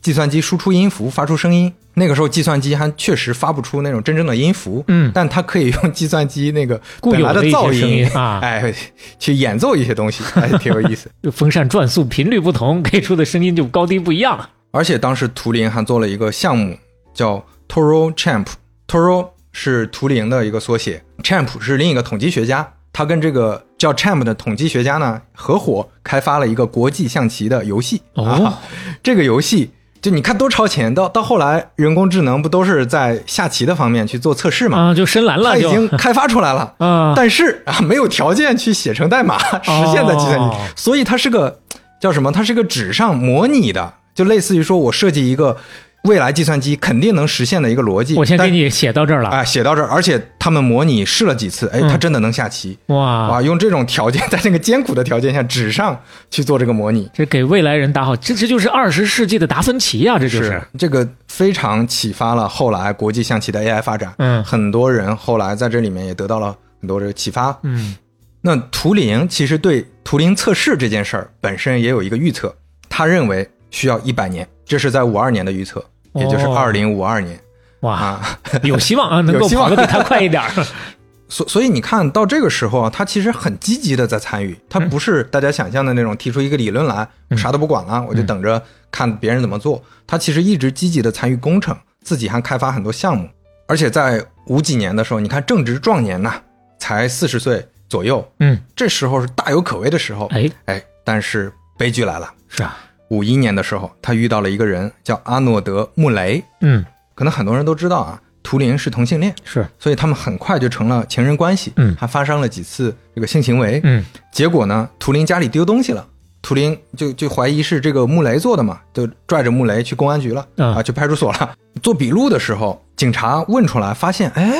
计算机输出音符发出声音。那个时候计算机还确实发不出那种真正的音符，
嗯
但它可以用计算机那个
固
本
有
来
的一些
噪
声音啊
哎，去演奏一些东西，还挺有意思。
风扇转速频率不同，给出的声音就高低不一样。
而且当时图灵还做了一个项目叫 Toro Champ，Toro 是图灵的一个缩写，Champ 是另一个统计学家，他跟这个叫 Champ 的统计学家呢合伙开发了一个国际象棋的游戏。
哦
啊这个游戏就你看多超前，到到后来人工智能不都是在下棋的方面去做测试嘛？
啊，就深蓝
嗯他
了
已
就，
经开发出来了，
[laughs] 啊，
但是啊，没有条件去写成代码实现在计算机
哦，
所以它是个叫什么？它是个纸上模拟的，就类似于说我设计一个未来计算机肯定能实现的一个逻辑。
我先给
但
你写到这儿了。
哎写到这儿，而且他们模拟试了几次，
嗯
哎，它真的能下棋。
哇，
啊，用这种条件，在这个艰苦的条件下，纸上去做这个模拟，
这给未来人打好，这这就是二十世纪的达芬奇呀、这就是。
这个非常启发了后来国际象棋的 AI 发展。
嗯
很多人后来在这里面也得到了很多这个启发。
嗯
那图灵其实对图灵测试这件事儿本身也有一个预测，他认为需要一百年，这是在五二年的预测，也就是
哦
二零五二年、
哇，
啊。
有希望啊，能够
有希望
跑得比他快一点儿。
[laughs] 所所以你看到这个时候啊，他其实很积极的在参与，他不是大家想象的那种提出一个理论来，我啥都不管了，我就等着看别人怎么做。他其实一直积极的参与工程，自己还开发很多项目，而且在五几年的时候，你看正值壮年呐、才四十岁左右，
嗯，
这时候是大有可为的时候。
哎，
哎，但是悲剧来了。
是啊，
五一年的时候，他遇到了一个人叫阿诺德·穆雷，
嗯，
可能很多人都知道啊，图灵是同性恋，
是，
所以他们很快就成了情人关系，
嗯
还发生了几次这个性行为，
嗯
结果呢，图灵家里丢东西了，图灵就就怀疑是这个穆雷做的嘛，就拽着穆雷去公安局了、
嗯
啊，去派出所了。做笔录的时候，警察问出来，发现哎，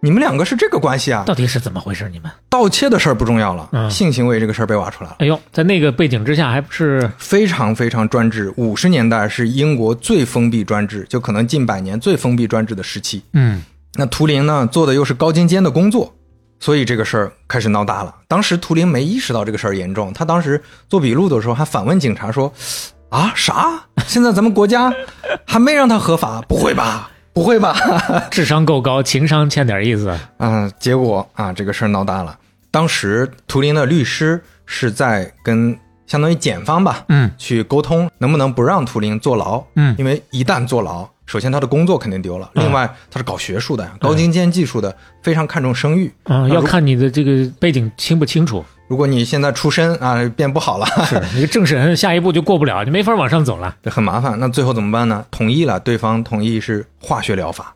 你们两个是这个关系啊，
到底是怎么回事？你们，
盗窃的事儿不重要了，
嗯
性行为这个事儿被挖出来了。
哎呦，在那个背景之下，还不是
非常非常专制，五十年代是英国最封闭专制，就可能近百年最封闭专制的时期。
嗯
那图灵呢，做的又是高精尖的工作，所以这个事儿开始闹大了。当时图灵没意识到这个事儿严重，他当时做笔录的时候还反问警察说：“啊，啥？现在咱们国家还没让他合法？不会吧？不会吧？”
智商够高，情商欠点意思。
啊、结果啊，这个事儿闹大了。当时图灵的律师是在跟相当于检方吧，
嗯
去沟通，能不能不让图灵坐牢？
嗯
因为一旦坐牢，首先他的工作肯定丢了，
嗯
另外他是搞学术的呀，高精尖技术的，非常看重声誉。
啊，
如
要看你的这个背景清不清楚。
如果你现在出身啊变不好了，
是， [laughs] 你个政审下一步就过不了，你没法往上走了。
这 [laughs] 很麻烦。那最后怎么办呢？同意了，对方同意是化学疗法，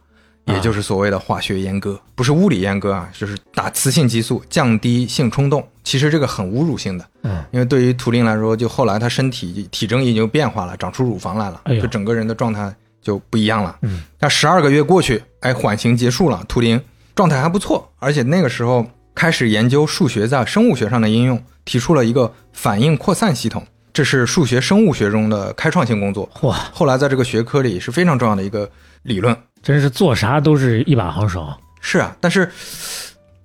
啊
也就是所谓的化学阉割，不是物理阉割啊，就是打雌性激素降低性冲动。其实这个很侮辱性的，
嗯，
因为对于图灵来说，就后来他身体体征已经变化了，长出乳房来了，
哎呦
就整个人的状态就不一样了。
嗯，
那十二个月过去，哎，缓刑结束了，图灵状态还不错，而且那个时候开始研究数学在生物学上的应用，提出了一个反应扩散系统，这是数学生物学中的开创性工作。
哇，
后来在这个学科里是非常重要的一个理论。
真是做啥都是一把好手。
是啊，但是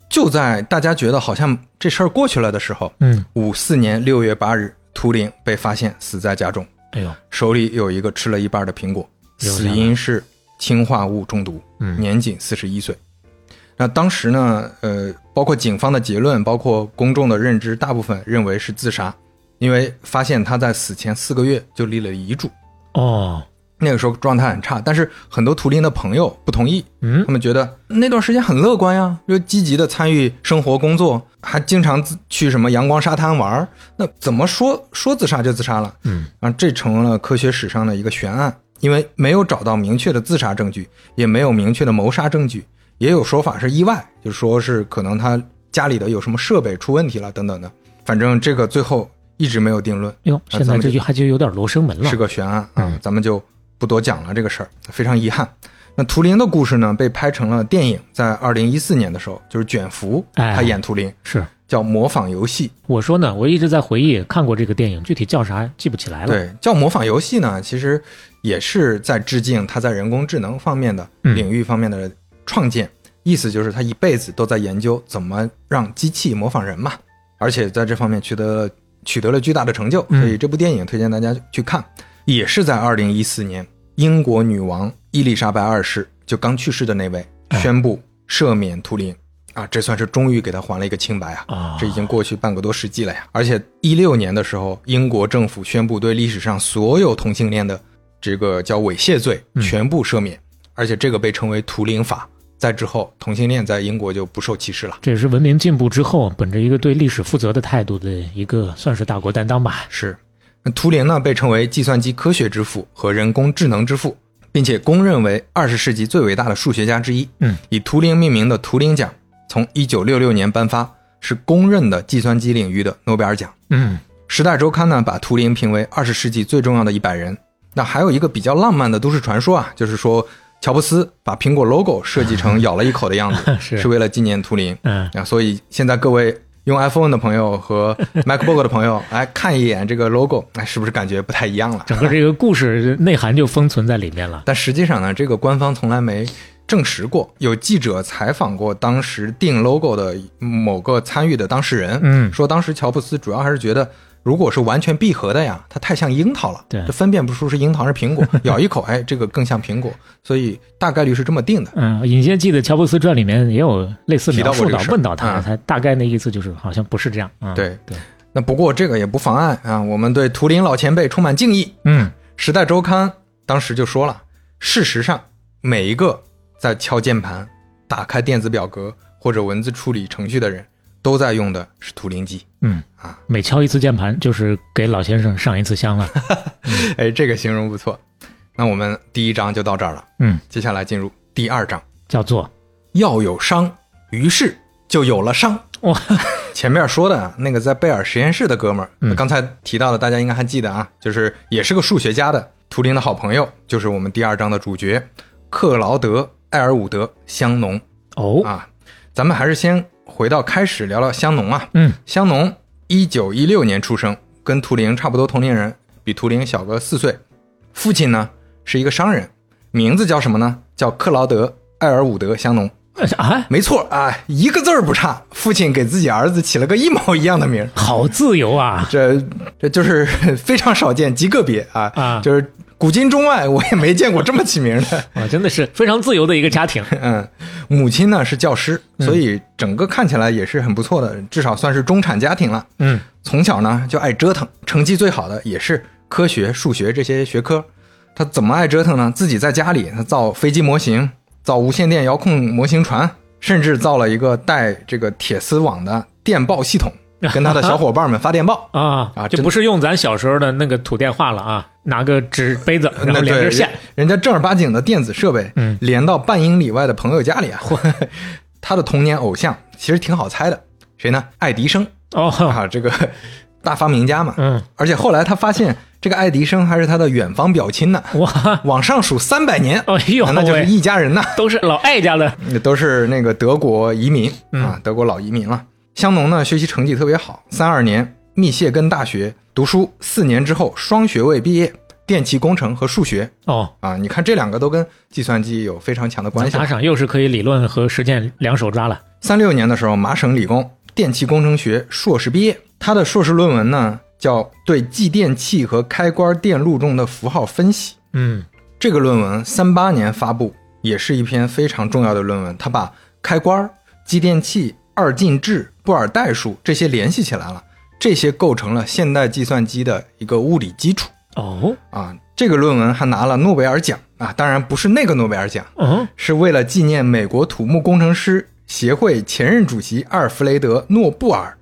就在大家觉得好像这事儿过去了的时候，
嗯，
五四年六月八日，图灵被发现死在家中，
哎呦，
手里有一个吃了一半的苹果，
留下
死
来
因是氰化物中毒，
嗯
年仅四十一岁。那当时呢，呃，包括警方的结论，包括公众的认知，大部分认为是自杀，因为发现他在死前四个月就立了遗嘱，
哦，
那个时候状态很差，但是很多图灵的朋友不同意，
嗯
他们觉得那段时间很乐观呀，又积极的参与生活工作，还经常自去什么阳光沙滩玩儿那怎么说说自杀就自杀了？
嗯，
啊，这成了科学史上的一个悬案，因为没有找到明确的自杀证据，也没有明确的谋杀证据，也有说法是意外，就说是可能他家里的有什么设备出问题了等等的，反正这个最后一直没有定论。
哟，
那
现
咱
在
们
这
就
句话就有点罗生门了
是。个悬案啊、
嗯
咱们就不多讲了这个事儿，非常遗憾。那图灵的故事呢，被拍成了电影，在二零一四年的时候，就是卷福
哎
他演图灵，
是，
叫《模仿游戏
我说呢，我一直在回忆看过这个电影，具体叫啥记不起来》。了。，
对，叫《模仿游戏》呢，其实也是在致敬他在人工智能方面的
嗯
领域方面的创建，意思就是他一辈子都在研究怎么让机器模仿人嘛，而且在这方面取得了取得了巨大的成就，所
嗯
以这部电影推荐大家去看。也是在二零一四年，英国女王伊丽莎白二世就刚去世的那位
哎
宣布赦免图灵啊，这算是终于给他还了一个清白啊！
啊
这已经过去半个多世纪了呀。而且一六年的时候，英国政府宣布对历史上所有同性恋的这个叫猥亵罪
嗯
全部赦免，而且这个被称为图灵法。在之后，同性恋在英国就不受歧视了。
这也是文明进步之后，本着一个对历史负责的态度的一个算是大国担当吧。
是，那图灵呢被称为计算机科学之父和人工智能之父，并且公认为二十世纪最伟大的数学家之一。
嗯，
以图灵命名的图灵奖，从一九六六年颁发，是公认的计算机领域的诺贝尔奖。
嗯，
《时代周刊》呢，把图灵评为二十世纪最重要的一百人。那还有一个比较浪漫的都市传说啊，就是说乔布斯把苹果 logo 设计成咬了一口的样子，
[laughs] 是
为了纪念图灵。
嗯，
啊，所以现在各位用 iPhone 的朋友和 MacBook 的朋友，哎，看一眼这个 logo，哎，是不是感觉不太一样了？
整个这个故事内涵就封存在里面了。
但实际上呢，这个官方从来没证实过。有记者采访过当时定 logo 的某个参与的当事人，
嗯
说当时乔布斯主要还是觉得，如果是完全闭合的呀，它太像樱桃了，
对
这分辨不出是樱桃还是苹
[laughs]
果，咬一口，哎，这个更像苹果，所以大概率是这么定的。
嗯，尹先记得《乔布斯传》里面也有类似
提
描述
到过这
的
个，事儿
问到他，
嗯
他大概那意思就是好像不是这样。嗯，
对
对，
那不过这个也不妨碍啊，我们对图灵老前辈充满敬意。
嗯，
《时代周刊》当时就说了，事实上，每一个在敲键盘、打开电子表格或者文字处理程序的人，都在用的是图灵机。
嗯
啊，
每敲一次键盘就是给老先生上一次
[laughs]
香了。
哎，这个形容不错。那我们第一章就到这儿了，
嗯，
接下来进入第二章，
叫做
要有商，于是就有了商。
哇，
[laughs] 前面说的啊那个在贝尔实验室的哥们儿，
嗯
刚才提到的，大家应该还记得啊，就是也是个数学家的图灵的好朋友，就是我们第二章的主角克劳德·艾尔伍德·香农
哦，
啊。咱们还是先回到开始聊聊香农啊。
嗯，
香农一九一六年出生，跟图灵差不多同龄人，比图灵小个四岁。父亲呢是一个商人，名字叫什么呢？叫克劳德·艾尔伍德·香农。
啊，
没错啊，一个字儿不差。父亲给自己儿子起了个一模一样的名儿， [laughs]
好自由啊！
这这就是非常少见，极个别啊
啊
就是古今中外我也没见过这么起名儿的。
哇，真的是非常自由的一个家庭。
嗯，母亲呢是教师，所以整个看起来也是很不错的，至少算是中产家庭了。
嗯，。
从小呢就爱折腾，成绩最好的也是科学、数学这些学科。他怎么爱折腾呢？自己在家里他造飞机模型，造无线电遥控模型船，甚至造了一个带这个铁丝网的电报系统，跟他的小伙伴们发电报
啊
啊
就
真
不是用咱小时候的那个土电话了啊，拿个纸杯子，然后
那
连
对
根线，
人家正儿八经的电子设备，
嗯
连到半英里外的朋友家里啊。他的童年偶像其实挺好猜的，谁呢？爱迪生
哦，
[laughs] 啊，这个大发明家嘛。
嗯，
而且后来他发现，这个爱迪生还是他的远房表亲呢，
哇，
往上数三百年，
哎呦
那就是
哦喂
一家人呐，
都是老艾家的，
都是那个德国移民
嗯
啊，德国老移民了。香农呢，学习成绩特别好，三二年密歇根大学读书四年之后双学位毕业，电气工程和数学
哦，
啊。你看这两个都跟计算机有非常强的关系
打。赏又是可以理论和实践两手抓了。
三六年的时候，麻省理工电气工程学硕士毕业，他的硕士论文呢叫《对继电器和开关电路中的符号分析》。
嗯，
这个论文三八年发布，也是一篇非常重要的论文。它把开关儿、继电器、二进制、布尔代数这些联系起来了，这些构成了现代计算机的一个物理基础
哦，
啊。这个论文还拿了诺贝尔奖啊，当然不是那个诺贝尔奖，
嗯，
是为了纪念美国土木工程师协会前任主席阿尔弗雷德·诺布
[laughs]
尔。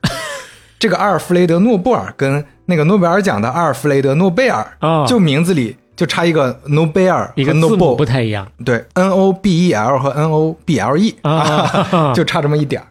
这个阿尔弗雷德·诺布尔跟那个诺贝尔奖的阿尔弗雷德·诺贝尔，
哦
就名字里就差一个诺贝尔
一
和
个字母
Nobel，
不太一样
对，N O B E L 和 N O B L E [laughs]
啊
就差这么一点儿。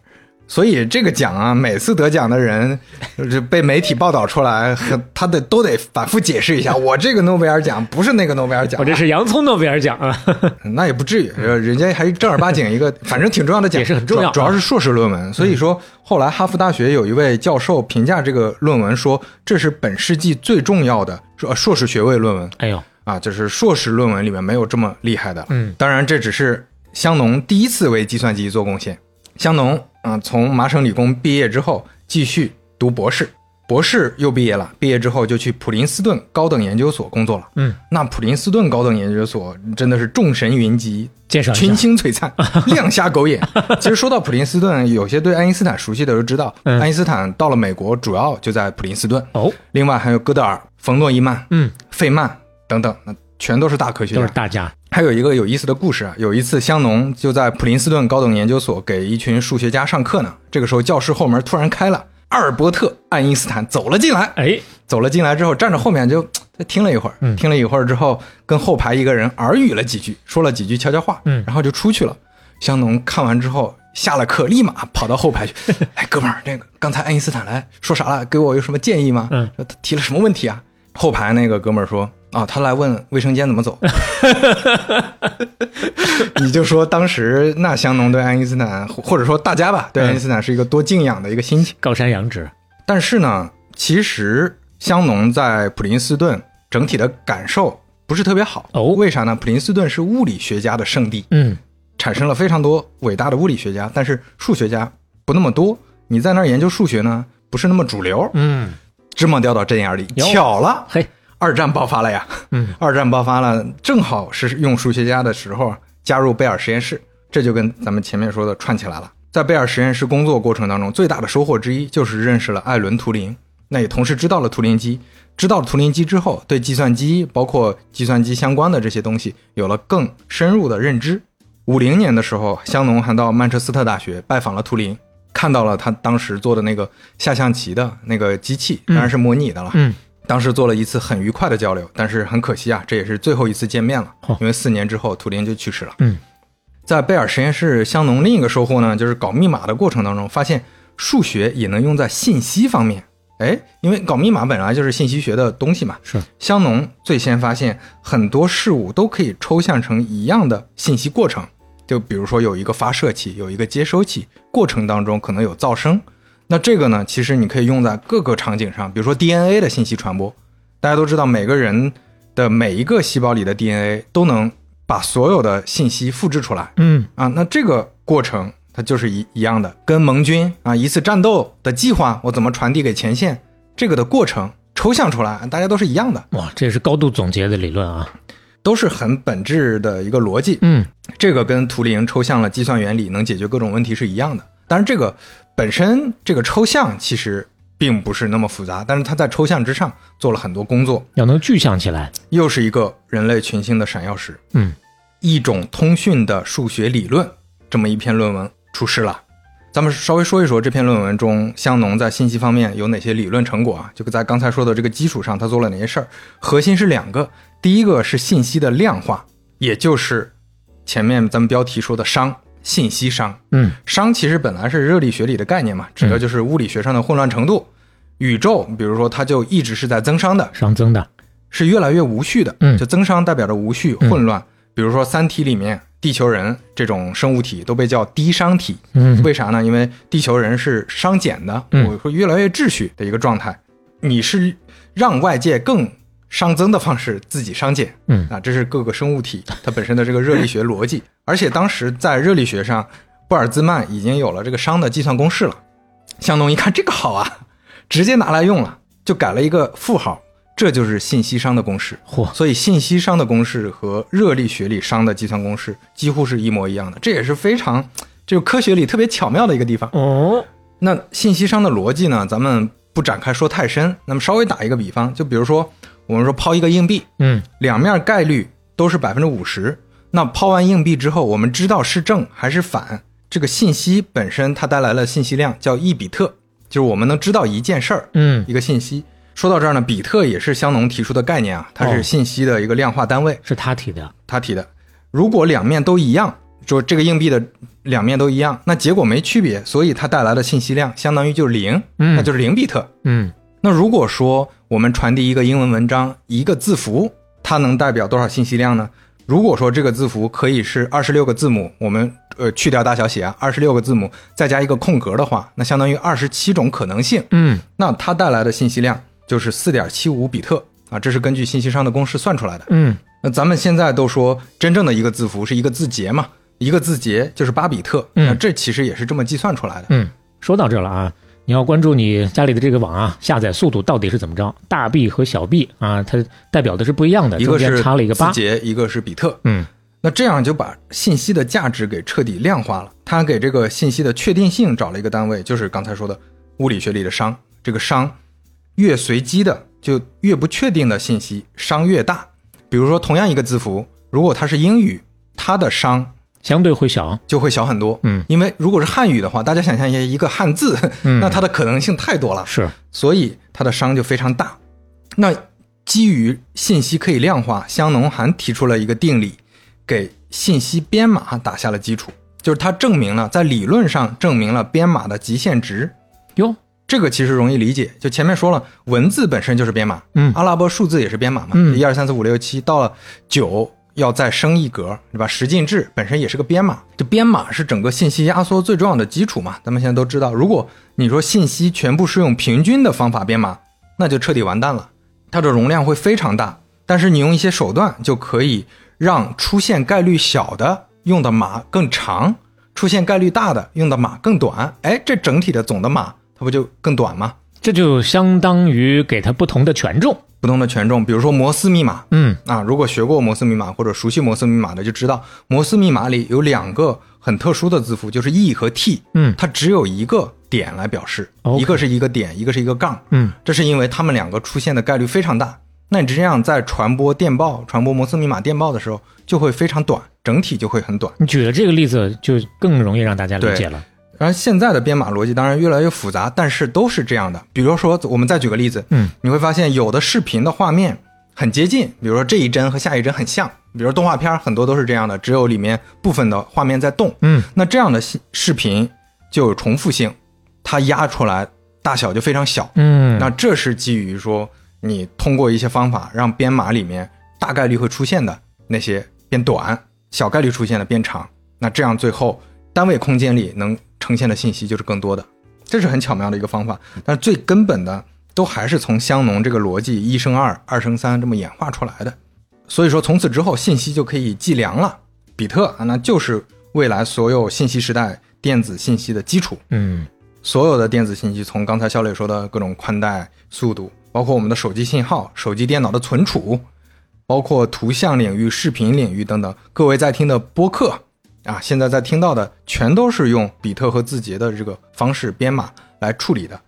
所以这个奖啊，每次得奖的人就是被媒体报道出来，很他得都得反复解释一下，我这个诺贝尔奖不是那个诺贝尔奖啊
我，这是洋葱诺贝尔奖啊， [laughs]
那也不至于，呃人家还是正儿八经一个，反正挺重要的奖，
也是很重要嗯
主主要是硕士论文。所以说，后来哈佛大学有一位教授评价这个论文说，这是本世纪最重要的硕呃硕士学位论文
哎呦，
啊，就是硕士论文里面没有这么厉害的。
嗯，
当然这只是香农第一次为计算机做贡献。香农啊、从麻省理工毕业之后继续读博士，博士又毕业了，毕业之后就去普林斯顿高等研究所工作了。
嗯，
那普林斯顿高等研究所真的是众神云集，
介绍一
群
下，
星璀
[laughs]
璨，亮瞎狗眼。其实说到普林斯顿，有些对爱因斯坦熟悉的都知道，
嗯
爱因斯坦到了美国主要就在普林斯顿。
哦，
另外还有哥德尔、冯诺依曼、
嗯，
费曼等等，那全都是大科学
都
家
是。大家，
还有一个有意思的故事啊，有一次香农就在普林斯顿高等研究所给一群数学家上课呢，这个时候教室后门突然开了，阿尔伯特·爱因斯坦走了进来。
哎，
走了进来之后，站着后面就他听了一会儿，
嗯
听了一会儿之后，跟后排一个人耳语了几句，说了几句悄悄话，
嗯
然后就出去了。香农看完之后，下了课立马跑到后
[laughs]
排去，哎，哥们儿，那个刚才爱因斯坦来说啥了？给我有什么建议吗？
嗯，
他提了什么问题啊？后排那个哥们儿说。啊、他来问卫生间怎么
[laughs]
走，你就说当时那香农对爱因斯坦，或或者说大家吧，对爱因斯坦是一个多敬仰的一个心情。
高山仰止，
但是呢，其实香农在普林斯顿整体的感受不是特别好。
哦
为啥呢？普林斯顿是物理学家的圣地，
嗯，
产生了非常多伟大的物理学家，但是数学家不那么多。你在那儿研究数学呢，不是那么主流。
嗯，
芝麻掉到针眼里，
哟
巧了，
嘿，
二战爆发了呀。
嗯，
二战爆发了，正好是用数学家的时候加入贝尔实验室，这就跟咱们前面说的串起来了。在贝尔实验室工作过程当中，最大的收获之一就是认识了艾伦·图灵，那也同时知道了图灵机。知道了图灵机之后，对计算机包括计算机相关的这些东西有了更深入的认知。五零年的时候，香农还到曼彻斯特大学拜访了图灵，看到了他当时做的那个下象棋的那个机器，当然是模拟的了。
嗯，
当时做了一次很愉快的交流，但是很可惜啊，这也是最后一次见面了
哦，
因为四年之后图灵就去世了。
嗯，
在贝尔实验室，香农另一个收获呢，就是搞密码的过程当中，发现数学也能用在信息方面。哎，因为搞密码本来就是信息学的东西嘛。
是
香农最先发现很多事物都可以抽象成一样的信息过程，就比如说有一个发射器，有一个接收器，过程当中可能有噪声。那这个呢，其实你可以用在各个场景上，比如说 DNA 的信息传播，大家都知道，每个人的每一个细胞里的 DNA 都能把所有的信息复制出来
嗯，
啊。那这个过程它就是一一样的，跟盟军啊一次战斗的计划，我怎么传递给前线，这个的过程抽象出来，大家都是一样的，
哇，这是高度总结的理论啊，
都是很本质的一个逻辑。
嗯，
这个跟图灵抽象了计算原理能解决各种问题是一样的。当然，这个本身这个抽象其实并不是那么复杂，但是它在抽象之上做了很多工作，
要能具象起来，
又是一个人类群星的闪耀石。
嗯，
一种通讯的数学理论这么一篇论文出世了。咱们稍微说一说这篇论文中，香农在信息方面有哪些理论成果啊？就在刚才说的这个基础上，他做了哪些事儿？核心是两个，第一个是信息的量化，也就是前面咱们标题说的熵，信息熵。
嗯，
熵其实本来是热力学里的概念嘛，指的就是物理学上的混乱程度。宇宙，比如说，它就一直是在增熵的，
上增的，
是越来越无序的。
嗯
就增熵代表着无序、混乱。比如说《三体》里面，地球人这种生物体都被叫低熵体，
嗯
为啥呢？因为地球人是熵减的，
嗯
我会越来越秩序的一个状态。你是让外界更熵增的方式自己熵减。
嗯
啊，这是各个生物体它本身的这个热力学逻
[laughs]
辑。而且当时在热力学上，玻尔兹曼已经有了这个熵的计算公式了。向东一看这个好啊，直接拿来用了，就改了一个负号，这就是信息熵的公式。
嚯，
所以信息熵的公式和热力学里熵的计算公式几乎是一模一样的，这也是非常这个科学里特别巧妙的一个地方。
哦，
那信息熵的逻辑呢，咱们不展开说太深，那么稍微打一个比方，就比如说我们说抛一个硬币，
嗯
两面概率都是百分之五十，那抛完硬币之后，我们知道是正还是反，这个信息本身它带来了信息量叫一比特，就是我们能知道一件事儿，
嗯，
一个信息。说到这儿呢，比特也是香农提出的概念啊，它
哦
是信息的一个量化单位。
是他提的，
他提的，如果两面都一样，说这个硬币的两面都一样，那结果没区别，所以它带来的信息量相当于就是零，
嗯
那就是零比特。
嗯
那如果说我们传递一个英文文章，一个字符，它能代表多少信息量呢？如果说这个字符可以是二十六个字母，我们呃去掉大小写啊，二十六个字母再加一个空格的话，那相当于二十七种可能性。
嗯，
那它带来的信息量就是四点七五比特啊，这是根据信息上的公式算出来的。
嗯
那咱们现在都说，真正的一个字符是一个字节嘛，一个字节就是八比特，
嗯
那这其实也是这么计算出来的。
嗯，说到这了啊，你要关注你家里的这个网啊，下载速度到底是怎么着？大 B 和小 B 啊，它代表的是不一样的，
一
中
个
间
是
插了一个八
字，节，一个是比特。
嗯
那这样就把信息的价值给彻底量化了，它给这个信息的确定性找了一个单位，就是刚才说的物理学里的熵。这个熵越随机的，就越不确定的信息，熵越大。比如说，同样一个字符，如果它是英语，它的熵
相对会小，
就会小很多。
嗯，
因为如果是汉语的话，大家想象一下一个汉字，
嗯
那它的可能性太多了，
是，
所以它的熵就非常大。那基于信息可以量化，香农还提出了一个定理，给信息编码打下了基础，就是它证明了在理论上证明了编码的极限值。
哟，
这个其实容易理解，就前面说了，文字本身就是编码，
嗯
阿拉伯数字也是编码嘛，
嗯
一二三四五六七，到了九要再升一格，对吧？十进制本身也是个编码，就编码是整个信息压缩最重要的基础嘛。咱们现在都知道，如果你说信息全部是用平均的方法编码，那就彻底完蛋了，它的容量会非常大。但是你用一些手段就可以让出现概率小的用的码更长，出现概率大的用的码更短，哎，这整体的总的码它不就更短吗？
这就相当于给它不同的权重，
不同的权重，比如说摩斯密码
嗯
啊，如果学过摩斯密码或者熟悉摩斯密码的就知道，摩斯密码里有两个很特殊的字符，就是 e 和 t，
嗯
它只有一个点来表示，
OK
一个是一个点，一个是一个杠，
嗯
这是因为它们两个出现的概率非常大。那你这样在传播电报、传播摩斯密码电报的时候，就会非常短，整体就会很短。
你举的这个例子就更容易让大家理解了，
然后现在的编码逻辑当然越来越复杂，但是都是这样的。比如说，我们再举个例子，
嗯，
你会发现有的视频的画面很接近，比如说这一帧和下一帧很像，比如说动画片儿很多都是这样的，只有里面部分的画面在动。
嗯
那这样的戏视频就有重复性，它压出来大小就非常小。
嗯，
那这是基于说你通过一些方法让编码里面大概率会出现的那些变短，小概率出现的变长。那这样最后单位空间里能呈现的信息就是更多的，这是很巧妙的一个方法。但是最根本的都还是从香农这个逻辑一生二，二生三这么演化出来的。所以说，从此之后信息就可以计量了。比特啊，那就是未来所有信息时代电子信息的基础。
嗯 [laughs]
所有的电子信息，从刚才肖磊说的各种宽带、速度，包括我们的手机信号、手机电脑的存储，包括图像领域、视频领域等等，各位在听的播客啊，现在在听到的全都是用比特和字节的这个方式编码来处理的。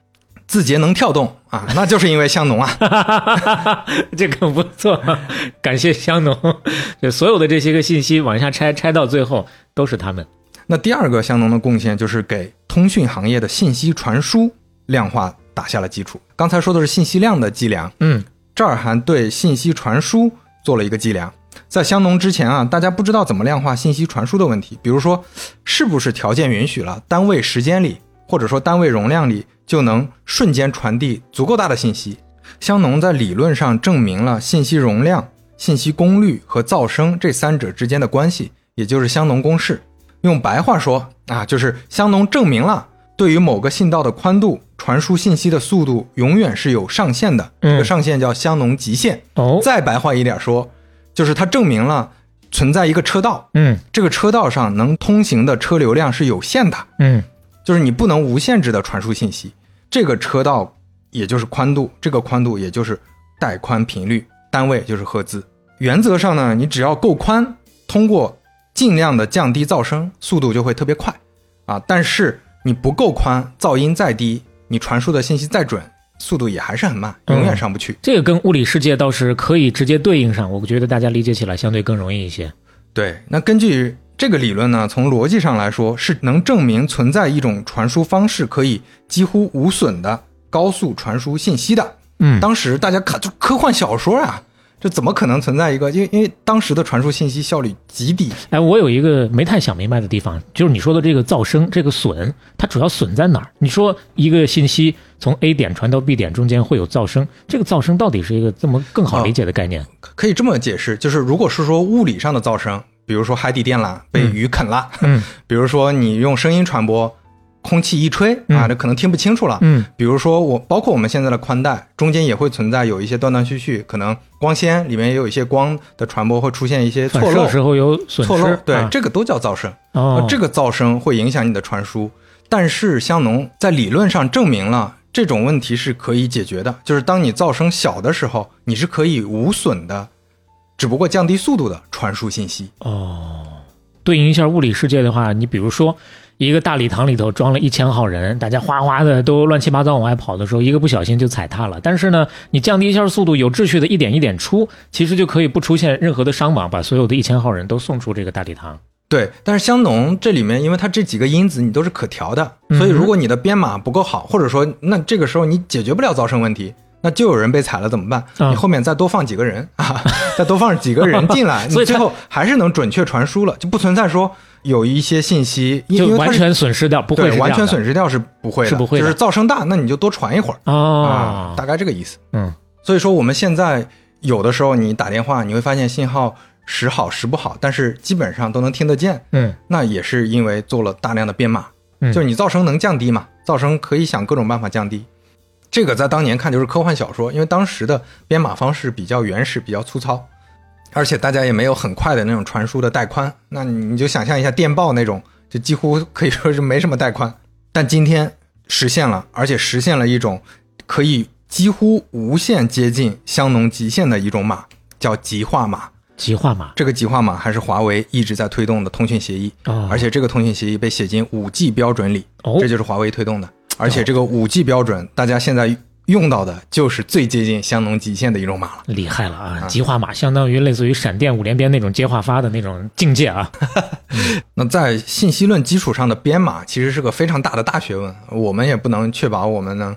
字节能跳动啊，那就是因为香农啊， [laughs]
这个不错， [laughs] 感谢香农。 [laughs] 就所有的这些个信息往下拆，拆到最后都是他们。
那第二个香农的贡献就是给通讯行业的信息传输量化打下了基础。刚才说的是信息量的计量，
嗯
这儿还对信息传输做了一个计量。在香农之前啊，大家不知道怎么量化信息传输的问题，比如说是不是条件允许了，单位时间里或者说单位容量里就能瞬间传递足够大的信息。香农在理论上证明了信息容量、信息功率和噪声这三者之间的关系，也就是香农公式。用白话说啊，就是香农证明了对于某个信道的宽度传输信息的速度永远是有上限的，
嗯
这个上限叫香农极限。
哦，
再白话一点说，就是它证明了存在一个车道，
嗯
这个车道上能通行的车流量是有限的，
嗯
就是你不能无限制的传输信息。这个车道也就是宽度，这个宽度也就是带宽频率，单位就是赫兹。原则上呢，你只要够宽，通过尽量的降低噪声，速度就会特别快啊。但是你不够宽，噪音再低，你传输的信息再准，速度也还是很慢，永远上不去。
这个跟物理世界倒是可以直接对应上，我觉得大家理解起来相对更容易一些。
对，那根据这个理论呢，从逻辑上来说，是能证明存在一种传输方式可以几乎无损的高速传输信息的。
嗯
当时大家看就科幻小说啊，这怎么可能存在一个？因为因为当时的传输信息效率极低。
哎，我有一个没太想明白的地方，就是你说的这个噪声，这个损，它主要损在哪儿？你说一个信息从 A 点传到 B 点中间会有噪声，这个噪声到底是一个这么更
哦
好理解的概
[laughs]
念？
可以这么解释，就是如果是说物理上的噪声，比如说海底电缆被鱼啃了，
嗯
比如说你用声音传播，空气一吹啊，
嗯
这可能听不清楚了。
嗯
比如说我，包括我们现在的宽带中间也会存在有一些断断续续，可能光纤里面也有一些光的传播会出现一些错
反射
漏
时，候有损
错
失
漏，，对，
啊
这个都叫噪声。
哦
呃，这个噪声会影响你的传输，但是香农在理论上证明了这种问题是可以解决的，就是当你噪声小的时候，你是可以无损的，只不过降低速度的传输信息。
对应一下物理世界的话，你比如说一个大礼堂里头装了一千号人，大家哗哗的都乱七八糟往外跑的时候，一个不小心就踩踏了。但是呢，你降低一下速度，有秩序的一点一点出，其实就可以不出现任何的伤亡，把所有的一千号人都送出这个大礼堂。
对，但是香农这里面，因为它这几个因子你都是可调的，
嗯
所以如果你的编码不够好，或者说那这个时候你解决不了噪声问题，那就有人被踩了怎么办？
嗯
你后面再多放几个人 [laughs] 啊，再多放几个人进
[laughs]
来，
所
你
以
最
它
后还是能准确传输了，就不存在说有一些信息因
就
因为
完
它是
全损失掉，不会是
对
这样
完
的
全损失掉是不会的，
是不会
就
的
是噪声大，那你就多传一会儿、
哦
啊，，大概这个意思。
嗯
所以说我们现在有的时候你打电话，你会发现信号时好时不好，但是基本上都能听得见。
嗯
那也是因为做了大量的编码，
嗯
就是你噪声能降低嘛，噪声可以想各种办法降低。这个在当年看就是科幻小说，因为当时的编码方式比较原始、比较粗糙，而且大家也没有很快的那种传输的带宽。那你就想象一下电报那种，就几乎 [laughs] 可以说是没什么带宽。但今天实现了，而且实现了一种可以几乎无限接近香农极限的一种码，叫极化码。
极化码
这个极化码还是华为一直在推动的通讯协议，
哦
而且这个通讯协议被写进五 G 标准里，
哦
这就是华为推动的。而且这个五 G 标准，大家现在用到的就是最接近香农极限的一种码了。
厉害了啊！极化码相当于类似于闪电五连鞭那种接话发的那种境界啊。
那在信息论基础上的编码，其实是个非常大的大学问，我们也不能确保我们能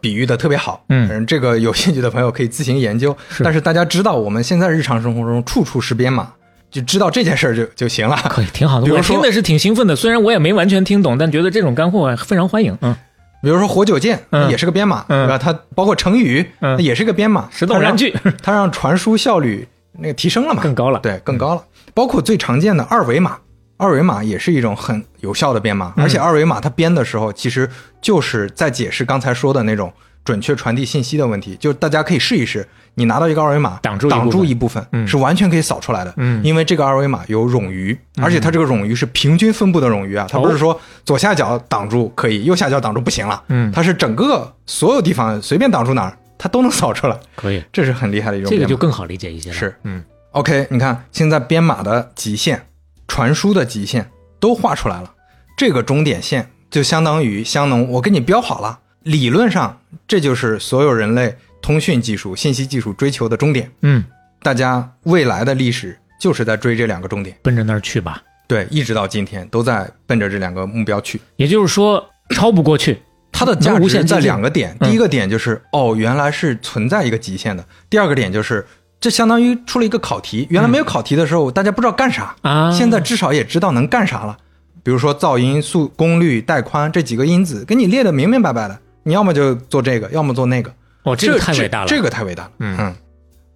比喻的特别好。
嗯
这个有兴趣的朋友可以自行研究。
是
但是大家知道，我们现在日常生活中处处是编码，就知道这件事儿就就行了。
可以，挺好
比
的。
如
我
说
听的是挺兴奋的，虽然我也没完全听懂，但觉得这种干货啊非常欢迎。嗯，
比如说活久见，
嗯
也是个编码，
嗯
对吧？它包括成语，
嗯
它也是个编码，
石头燃具
它让，它让传输效率那个提升了嘛，
[laughs] 更高了嗯
对，更高了。包括最常见的二维码，二维码也是一种很有效的编码，
嗯
而且二维码它编的时候，其实就是在解释刚才说的那种准确传递信息的问题，就大家可以试一试。你拿到一个二维码，
挡住一部分
挡住一部分，
嗯
是完全可以扫出来的。
嗯
因为这个二维码有冗余，而且它这个冗余是平均分布的冗余啊，它
哦
不是说左下角挡住可以，右下角挡住不行了。
嗯
它是整个所有地方随便挡住哪儿，它都能扫出来，
可以，
这是很厉害的一种
这
编
个
码。
就更好理解一些了。
是
嗯，
OK，你看现在编码的极限、传输的极限都画出来了，这个终点线就相当于香农，我给你标好了，理论上这就是所有人类通讯技术、信息技术追求的终点。
嗯，
大家未来的历史就是在追这两个终点，
奔着那儿去吧。
对，一直到今天都在奔着这两个目标去。
也就是说，超不过去。
它的价
能无限
值
接
在
近
两个点，
嗯
第一个点就是、哦，原来是存在一个极限的；第二个点就是这相当于出了一个考题，原来
嗯
没有考题的时候，大家不知道干啥
啊
现在至少也知道能干啥了。比如说噪音、速、功率、带宽这几个因子，给你列的明明白白的，你要么就做这个，要么做那个。
哦，这个太伟大了。
这个太伟大了。
嗯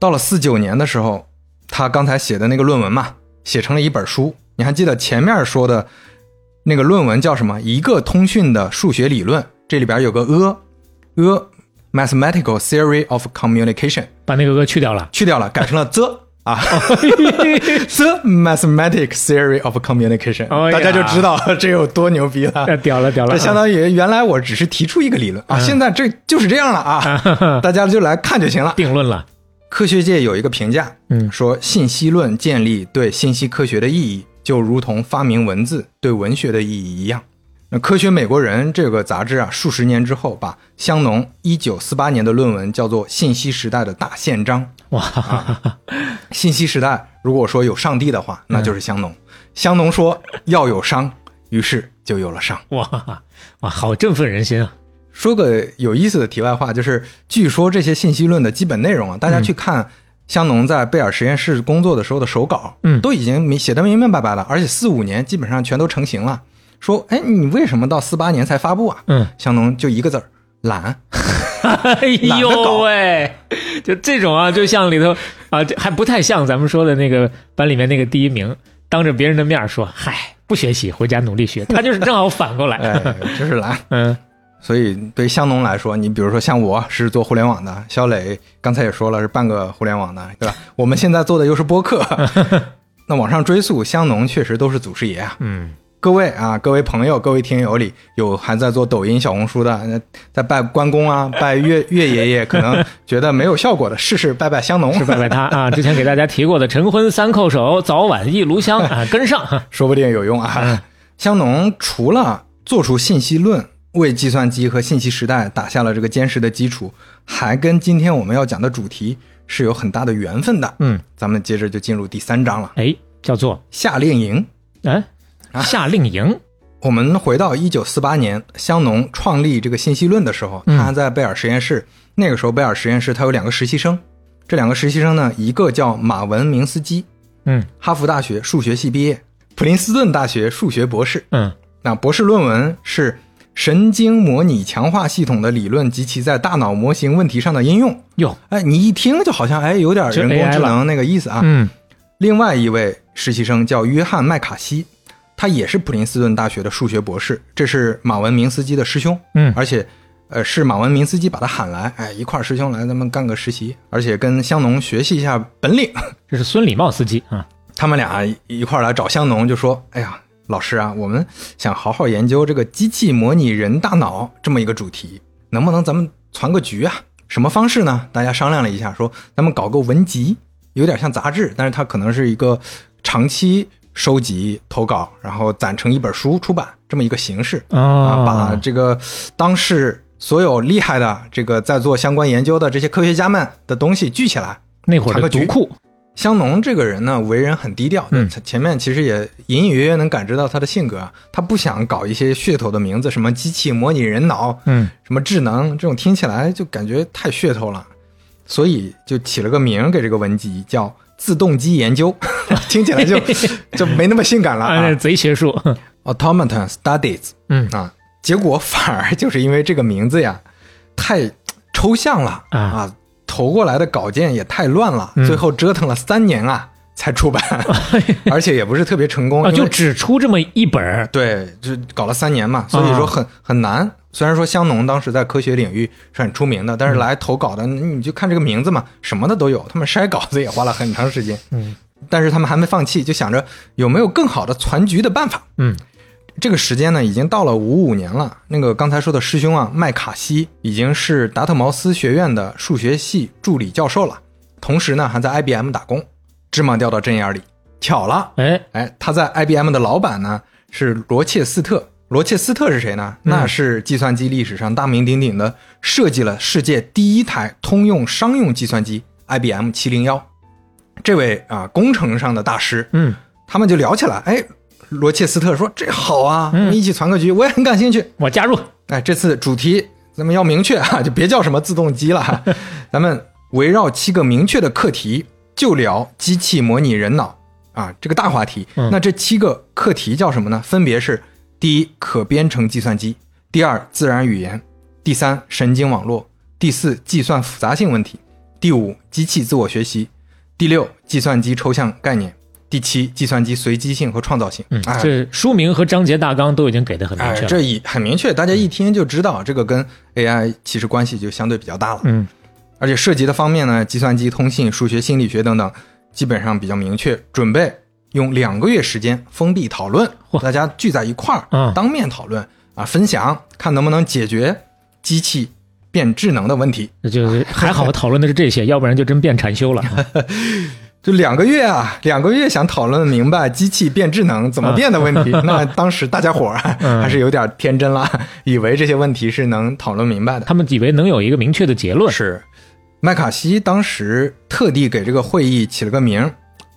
到了四九年的时候，他刚才写的那个论文嘛，写成了一本书。你还记得前面说的那个论文叫什么？一个通讯的数学理论，这里边有个呃， a mathematical theory of communication，
把那个个去掉了。
去掉了，改成了 the 啊 [laughs] ，the mathematic theory of communication，、
哦呀
大家就知道这有多牛逼了
哎，。屌了屌了！嗯
这相当于原来我只是提出一个理论啊，现在这就是这样了啊， [laughs] 大家就来看就行了。
定论了。
科学界有一个评价，
嗯
说信息论建立对信息科学的意义，就如同发明文字对文学的意义一样。那《科学美国人》这个杂志啊，数十年之后把香农一九四八年的论文叫做《信息时代的大宪章》。
哇，
信息时代，如果说有上帝的话，那就是香农。香农说要有商，于是就有了商。
哇哇，好振奋人 [laughs] 心啊！
说个有意思的题外话，就是据说这些信息论的基本内容啊，大家去看香农在贝尔实验室工作的时候的手稿，
嗯
都已经明写的明明白白了，而且四五年基本上全都成型了。说，哎，你为什么到四八年才发布啊？
嗯，
香农就一个字儿懒。
哎
懒得
呦
搞
喂，就这种啊，就像里头啊，这还不太像咱们说的那个班里面那个第一名，当着别人的面说：“嗨，不学习，回家努力学。”他就是正好反 [laughs] 过来，
哎，就是 [laughs] 懒。
嗯
所以对于香农来说，你比如说像我是做互联网的，肖磊刚才也说了是半个互联网的，对吧？我们现在做的又是播客，那往上追溯，香农确实都是祖师爷啊。
嗯，
各位啊，各位朋友，各位听友里有还在做抖音、小红书的，呃在拜关公啊、拜岳岳爷爷，可能觉得没有效果的，试试拜拜香农，
是拜拜他啊。之前给大家提过的“晨昏三叩首，早晚一炉香” [laughs] 啊，跟上。
说不定有用
嗯
啊。香农除了做出信息论，为计算机和信息时代打下了这个坚实的基础，还跟今天我们要讲的主题是有很大的缘分的。
嗯，
咱们接着就进入第三章了，
哎，叫做
夏令营。
哎
啊
夏令营，
我们回到一九四八年，香农创立这个信息论的时候，
嗯
他还在贝尔实验室。那个时候，贝尔实验室他有两个实习生，这两个实习生呢，一个叫马文明斯基，
嗯
哈佛大学数学系毕业，普林斯顿大学数学博士。
嗯
那博士论文是神经模拟强化系统的理论及其在大脑模型问题上的应用。
哟，
哎，你一听就好像哎有点
就
人
AI
工智
了
能那个意思啊。
嗯
另外一位实习生叫约翰麦卡锡，他也是普林斯顿大学的数学博士，这是马文明斯基的师兄。
嗯
而且呃是马文明斯基把他喊来，哎一块儿师兄来咱们干个实习，而且跟香农学习一下本领。
这是孙礼茂司机啊，
他们俩一块儿来找香农，就说：“哎呀，老师啊，我们想好好研究这个机器模拟人大脑这么一个主题，能不能咱们攒个局啊？什么方式呢？”大家商量了一下，说：“咱们搞个文集，有点像杂志，但是它可能是一个长期收集投稿，然后攒成一本书出版这么一个形式。”啊，把
哦，
这个当时所有厉害的这个在做相关研究的这些科学家们的东西聚起来，
那会儿
查个
的读
局
库，
香农这个人呢，为人很低调，
嗯
前前面其实也隐隐约约能感知到他的性格啊，他不想搞一些噱头的名字，什么机器模拟人脑，
嗯
什么智能，这种听起来就感觉太噱头了，所以就起了个名儿给这个文集，叫“自动机研究”， [laughs] 听起来
[laughs]
就就没那么性感了
啊，
啊
贼学术，
，Automaton Studies
嗯
啊，结果反而就是因为这个名字呀，太抽象了
啊
投过来的稿件也太乱了，
嗯
最后折腾了三年啊才出版，而且也不是特别成功，
啊，
因为
就只出这么一本儿，
对，就搞了三年嘛，所以说
啊
很、很难。虽然说香农当时在科学领域是很出名的，
嗯
但是来投稿的，你就看这个名字嘛，什么的都有。他们筛稿子也花了很长时间，
嗯，
但是他们还没放弃，就想着有没有更好的攒局的办法。
嗯
这个时间呢，已经到了五五年了。那个刚才说的师兄啊，麦卡锡已经是达特茅斯学院的数学系助理教授了，同时呢还在 IBM 打工。芝麻掉到针眼里，巧了，
哎，
哎，他在 IBM 的老板呢是罗切斯特。罗切斯特是谁呢？那是计算机历史上大名鼎鼎的，设计了世界第一台通用商用计算机 IBM 七零幺。这位啊，工程上的大师，
嗯
他们就聊起来，哎，罗切斯特说这好啊，我们一起攒个局，我也很感兴趣。
我加入，
哎，这次主题咱们要明确啊， [laughs] 就别叫什么自动机了
[laughs]
啊，咱们围绕七个明确的课题，就聊机器模拟人脑啊这个大话题。
嗯
那这七个课题叫什么呢？分别是：第一，可编程计算机；第二，自然语言；第三，神经网络；第四，计算复杂性问题；第五，机器自我学习；第六，计算机抽象概念；第七，计算机随机性和创造性。
嗯，
哎，
这书名和章节大纲都已经给的很明
哎，
确了。
这一很明确，大家
嗯
一听就知道这个跟 AI 其实关系就相对比较大了。
嗯，
而且涉及的方面呢，计算机、通信、数学、心理学等等，基本上比较明确。准备用两个月时间封闭讨论，
嚯
大家聚在一块儿、
嗯
当面讨论啊，分享看能不能解决机器变智能的问题。[laughs]
那就是还好讨论的是这些，要不然就真变禅修了。
就两个月啊，两个月想讨论明白机器变智能怎么变的问题，那当时大家伙儿啊
嗯
还是有点天真了，以为这些问题是能讨论明白的。
他们以为能有一个明确的结论。
是，麦卡锡当时特地给这个会议起了个名儿，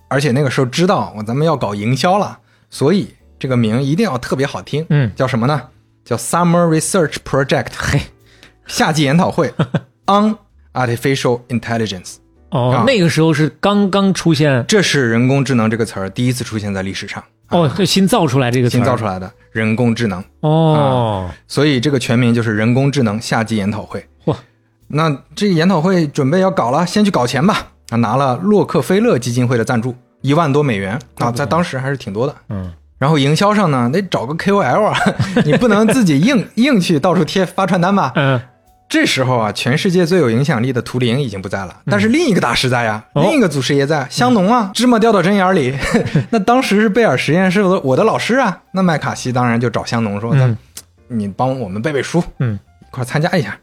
而且那个时候知道我咱们要搞营销了，所以这个名一定要特别好听，
嗯，
叫什么呢？叫 Summer Research Project，嘿，夏季研讨会 on Artificial Intelligence，
哦
啊，
那个时候是刚刚出现
这是人工智能这个词儿第一次出现在历史上，
哦，这新造出来这个词儿
啊新造出来的人工智能。
哦，
所以这个全名就是人工智能夏季研讨会。
嚯！
那这个研讨会准备要搞了，先去搞钱吧。啊，拿了洛克菲勒基金会的赞助，一万多美元啊，在当时还是挺多的。
嗯，
然后营销上呢，得找个 KOL 啊， [laughs] 你不能自己硬硬去到处贴发传单吧？
嗯，
这时候啊，全世界最有影响力的图灵已经不在了，但是另一个大师在呀，
嗯哦嗯
另一个祖师爷在，香农啊，芝麻掉到针眼
[laughs]
里。那当时是贝尔实验室的我的老师啊，那麦卡锡当然就找香农说：“那、
嗯
你帮我们背背书，
嗯，
一块儿参加一下。”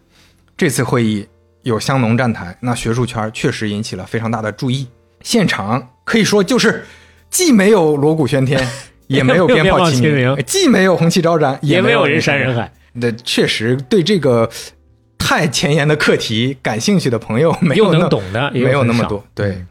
这次会议有香农站台，那学术圈确实引起了非常大的注意。现场可以说就是既没有锣鼓喧
[laughs]
天，也没有鞭
鞭
炮
炮
齐
齐鸣
鸣，既没有红旗招展，
也没
没
有人
人
山人
海。
海，
那确实对这个太前沿的课题感兴趣的朋友没有
又
那
能懂的也
没有
很
那么
少嗯
多。对，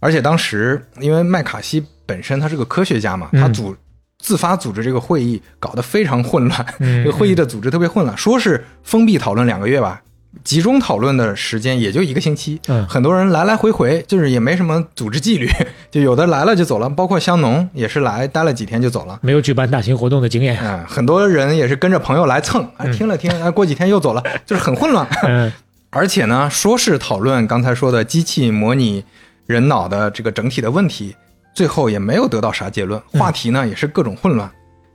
而且当时因为麦卡锡本身他是个科学家嘛，
嗯
他组自发组织这个会议搞得非常混乱，
嗯
这个会议的组织特别混乱，说是封闭讨论两个月吧。集中讨论的时间也就一个星期，
嗯
很多人来来回回，就是也没什么组织纪律， [laughs] 就有的来了就走了，包括香农也是来待了几天就走了，
没有举办大型活动的经
[laughs]
验。
嗯，很多人也是跟着朋友来蹭，啊，听了听，啊，过几天又走了，就是很混乱。
嗯，
而且呢，说是讨论刚才说的机器模拟人脑的这个整体的问题，最后也没有得到啥结论，话题呢也是各种混乱。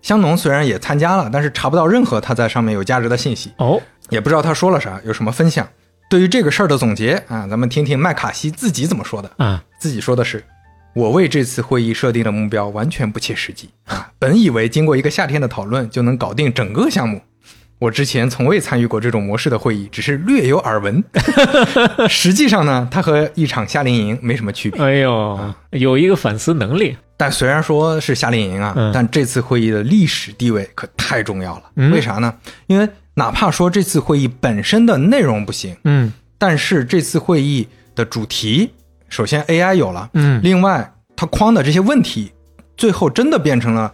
香农虽然也参加了，但是查不到任何他在上面有价值的信息，
[laughs] 哦，
也不知道他说了啥，有什么分享。对于这个事儿的总结啊，咱们听听麦卡锡自己怎么说的。
啊，
自己说的是，我为这次会议设定的目标完全不切实际 [laughs] 啊！本以为经过一个夏天的讨论就能搞定整个项目，我之前从未参与过这种模式的会议，只是略有耳闻。 [laughs] 实际上呢，它和一场夏令营没什么区别。
哎呦，有一个反思能力，
但虽然说是夏令营啊，
嗯
但这次会议的历史地位可太重要了。
嗯
为啥呢？因为哪怕说这次会议本身的内容不行，
嗯
但是这次会议的主题，首先 AI 有了，
嗯，
另外，它框的这些问题，最后真的变成了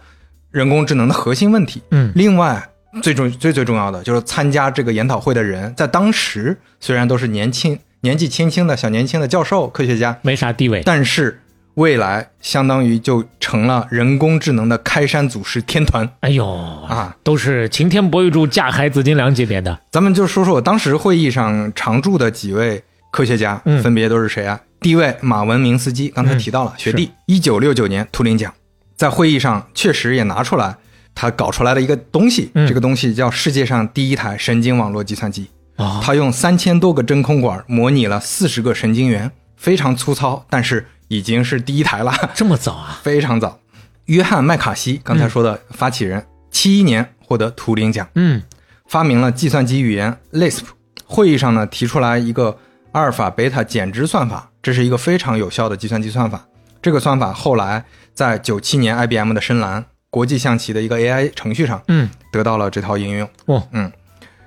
人工智能的核心问题。
嗯
另外，最重最最重要的就是参加这个研讨会的人，在当时虽然都是年轻、年纪轻轻的小年轻的教授、科学家，
没啥地位。
但是未来相当于就成了人工智能的开山祖师天团
哎呦
啊！
都是擎天博玉柱，架海紫金梁级别的。
咱们就说说我当时会议上常驻的几位科学家，
嗯
分别都是谁啊？第一位马文明斯基，刚才提到了、学弟，一九六九年图灵奖，在会议上确实也拿出来他搞出来的一个东西，
嗯
这个东西叫世界上第一台神经网络计算机，
哦，
他用三千多个真空管模拟了四十个神经元，非常粗糙，但是已经是第一台了。 [laughs]
这么早啊？
非常早。约翰麦卡锡刚才说的发起人，七一、年获得图灵奖，
嗯，
发明了计算机语言 Lisp。会议上呢提出来一个阿尔法贝塔减值算法，这是一个非常有效的计算机算法。这个算法后来在九七年 IBM 的深蓝国际象棋的一个 AI 程序上，
嗯，
得到了这套应用。
哦，
嗯。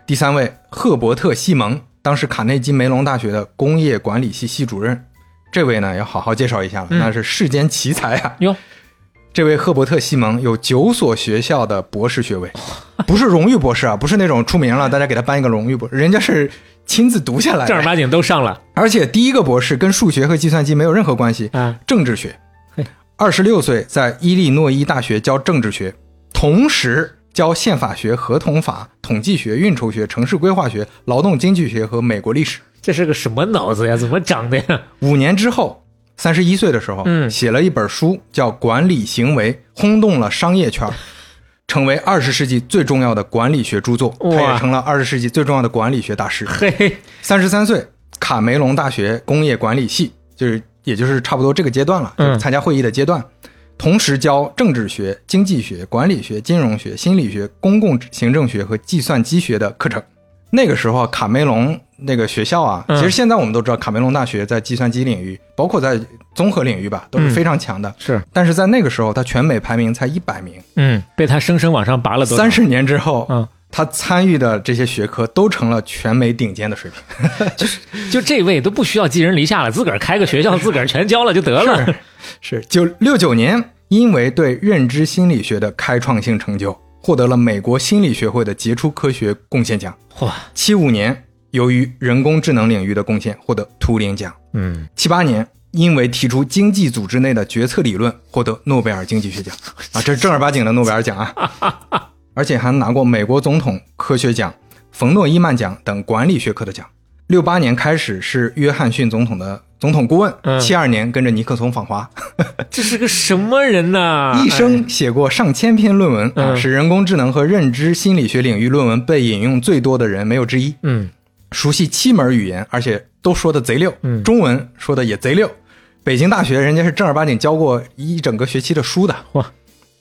第三位，赫伯特·西蒙，当时卡内基梅隆大学的工业管理系系主任。这位呢要好好介绍一下了，那是世间奇才啊！
哟，
这位赫伯特·西蒙有九所学校的博士学位，不是荣誉博士啊，不是那种出名了大家给他颁一个荣誉博士，人家是亲自读下来
正儿
的。
八经都上了。
而且第一个博士跟数学和计算机没有任何关系，
啊
政治学。二十六岁在伊利诺伊大学教政治学，同时教宪法学、合同法、统计学、运筹学、城市规划学、劳动经济学和美国历史。
这是个什么脑子呀？怎么长的呀？
五年之后，三十一岁的时候，
嗯
写了一本书叫《管理行为》，轰动了商业圈，成为二十世纪最重要的管理学著作。他
哇
也成了二十世纪最重要的管理学大师。
嘿，
三十三岁，卡梅隆大学工业管理系，就是也就是差不多这个阶段了，
嗯
就是参加会议的阶段。同时教政治学、经济学、管理学、金融学、心理学、公共行政学和计算机学的课程。那个时候，啊卡梅隆那个学校啊，
嗯
其实现在我们都知道，卡梅隆大学在计算机领域，包括在综合领域吧，
嗯
都是非常强的。
是，
但是在那个时候，他全美排名才一百名。
嗯，被他生生往上拔了多少
三十年之后，
嗯
他参与的这些学科都成了全美顶尖的水平。
就这位都不需要寄人篱下了，自个儿开个学校，自个儿全教了就得了。
是九六九年，因为对认知心理学的开创性成就，获得了美国心理学会的杰出科学贡献奖。
[laughs] 哇，
七五年，由于人工智能领域的贡献，获得图灵奖。
嗯，
七八年，因为提出经济组织内的决策理论，获得诺贝尔经济学奖。啊，这是正儿八经的诺贝尔奖啊！而且还拿过美国总统科学奖、冯诺依曼奖等管理学科的奖。六八年开始是约翰逊总统的总统顾问，
嗯
七二、年跟着尼克松访华。
这是个什么人呐？
一生写过上千篇论文，
啊嗯
啊，是人工智能和认知心理学领域论文被引用最多的人，没有之一。
嗯，
熟悉七门语言，而且都说的贼溜，
嗯
中文说的也贼溜。北京大学人家是正儿八经教过一整个学期的书的，
哇！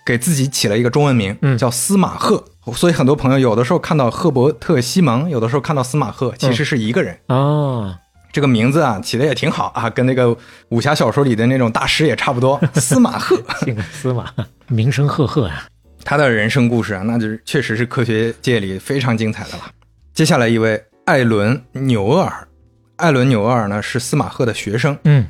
给自己起了一个中文名，
嗯
叫司马赫。所以很多朋友有的时候看到赫伯特·西蒙，有的时候看到司马赫，其实是一个人。
哦，
这个名字啊，起的也挺好啊，跟那个武侠小说里的那种大师也差不
[laughs]
多。司马赫，
这个司马名声赫赫啊。
他的人生故事啊，那就是确实是科学界里非常精彩的了。接下来一位艾伦·纽厄尔，艾伦·纽厄尔呢是司马赫的学生，
嗯